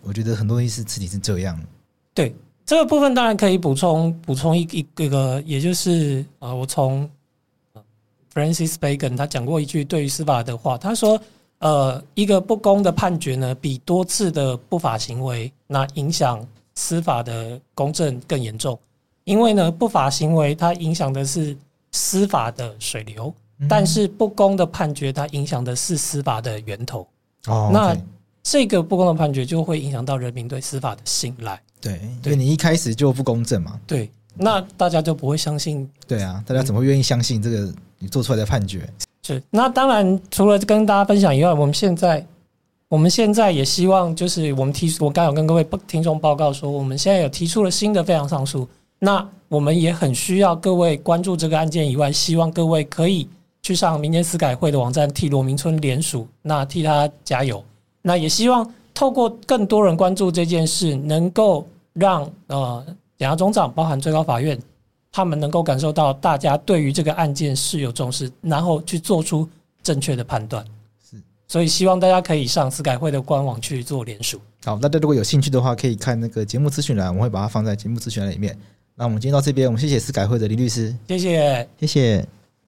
Speaker 3: 我觉得很多东西是自己是这样，
Speaker 4: 对这个部分，当然可以补充补充一一个一个，也就是呃，我从呃 Francis Bacon 他讲过一句对于司法的话，他说呃，一个不公的判决呢，比多次的不法行为那影响司法的公正更严重，因为呢，不法行为它影响的是司法的水流，
Speaker 3: 嗯
Speaker 4: 但是不公的判决它影响的是司法的源头，
Speaker 3: 哦，
Speaker 4: 那
Speaker 3: OK，
Speaker 4: 这个不公的判决就会影响到人民对司法的信赖。
Speaker 3: 对，因为你一开始就不公正嘛，
Speaker 4: 对，那大家就不会相信。
Speaker 3: 对啊，大家怎么会愿意相信这个你做出来的判决？
Speaker 4: 是，那当然，除了跟大家分享以外，我们现在，我们现在也希望，就是我们提，我刚有跟各位听众报告说，我们现在有提出了新的非常上诉。那我们也很需要各位关注这个案件以外，希望各位可以去上民间司改会的网站替罗明春联署，那替他加油。那也希望透过更多人关注这件事，能够让呃检察总长，包含最高法院，他们能够感受到大家对于这个案件是有重视，然后去做出正确的判断。
Speaker 3: 是，
Speaker 4: 所以希望大家可以上司改会的官网去做联署。
Speaker 3: 好，大家如果有兴趣的话，可以看那个节目资讯栏，我们会把它放在节目资讯栏里面。那我们今天到这边，我们谢谢司改会的林律师，
Speaker 4: 谢谢。
Speaker 3: 谢谢。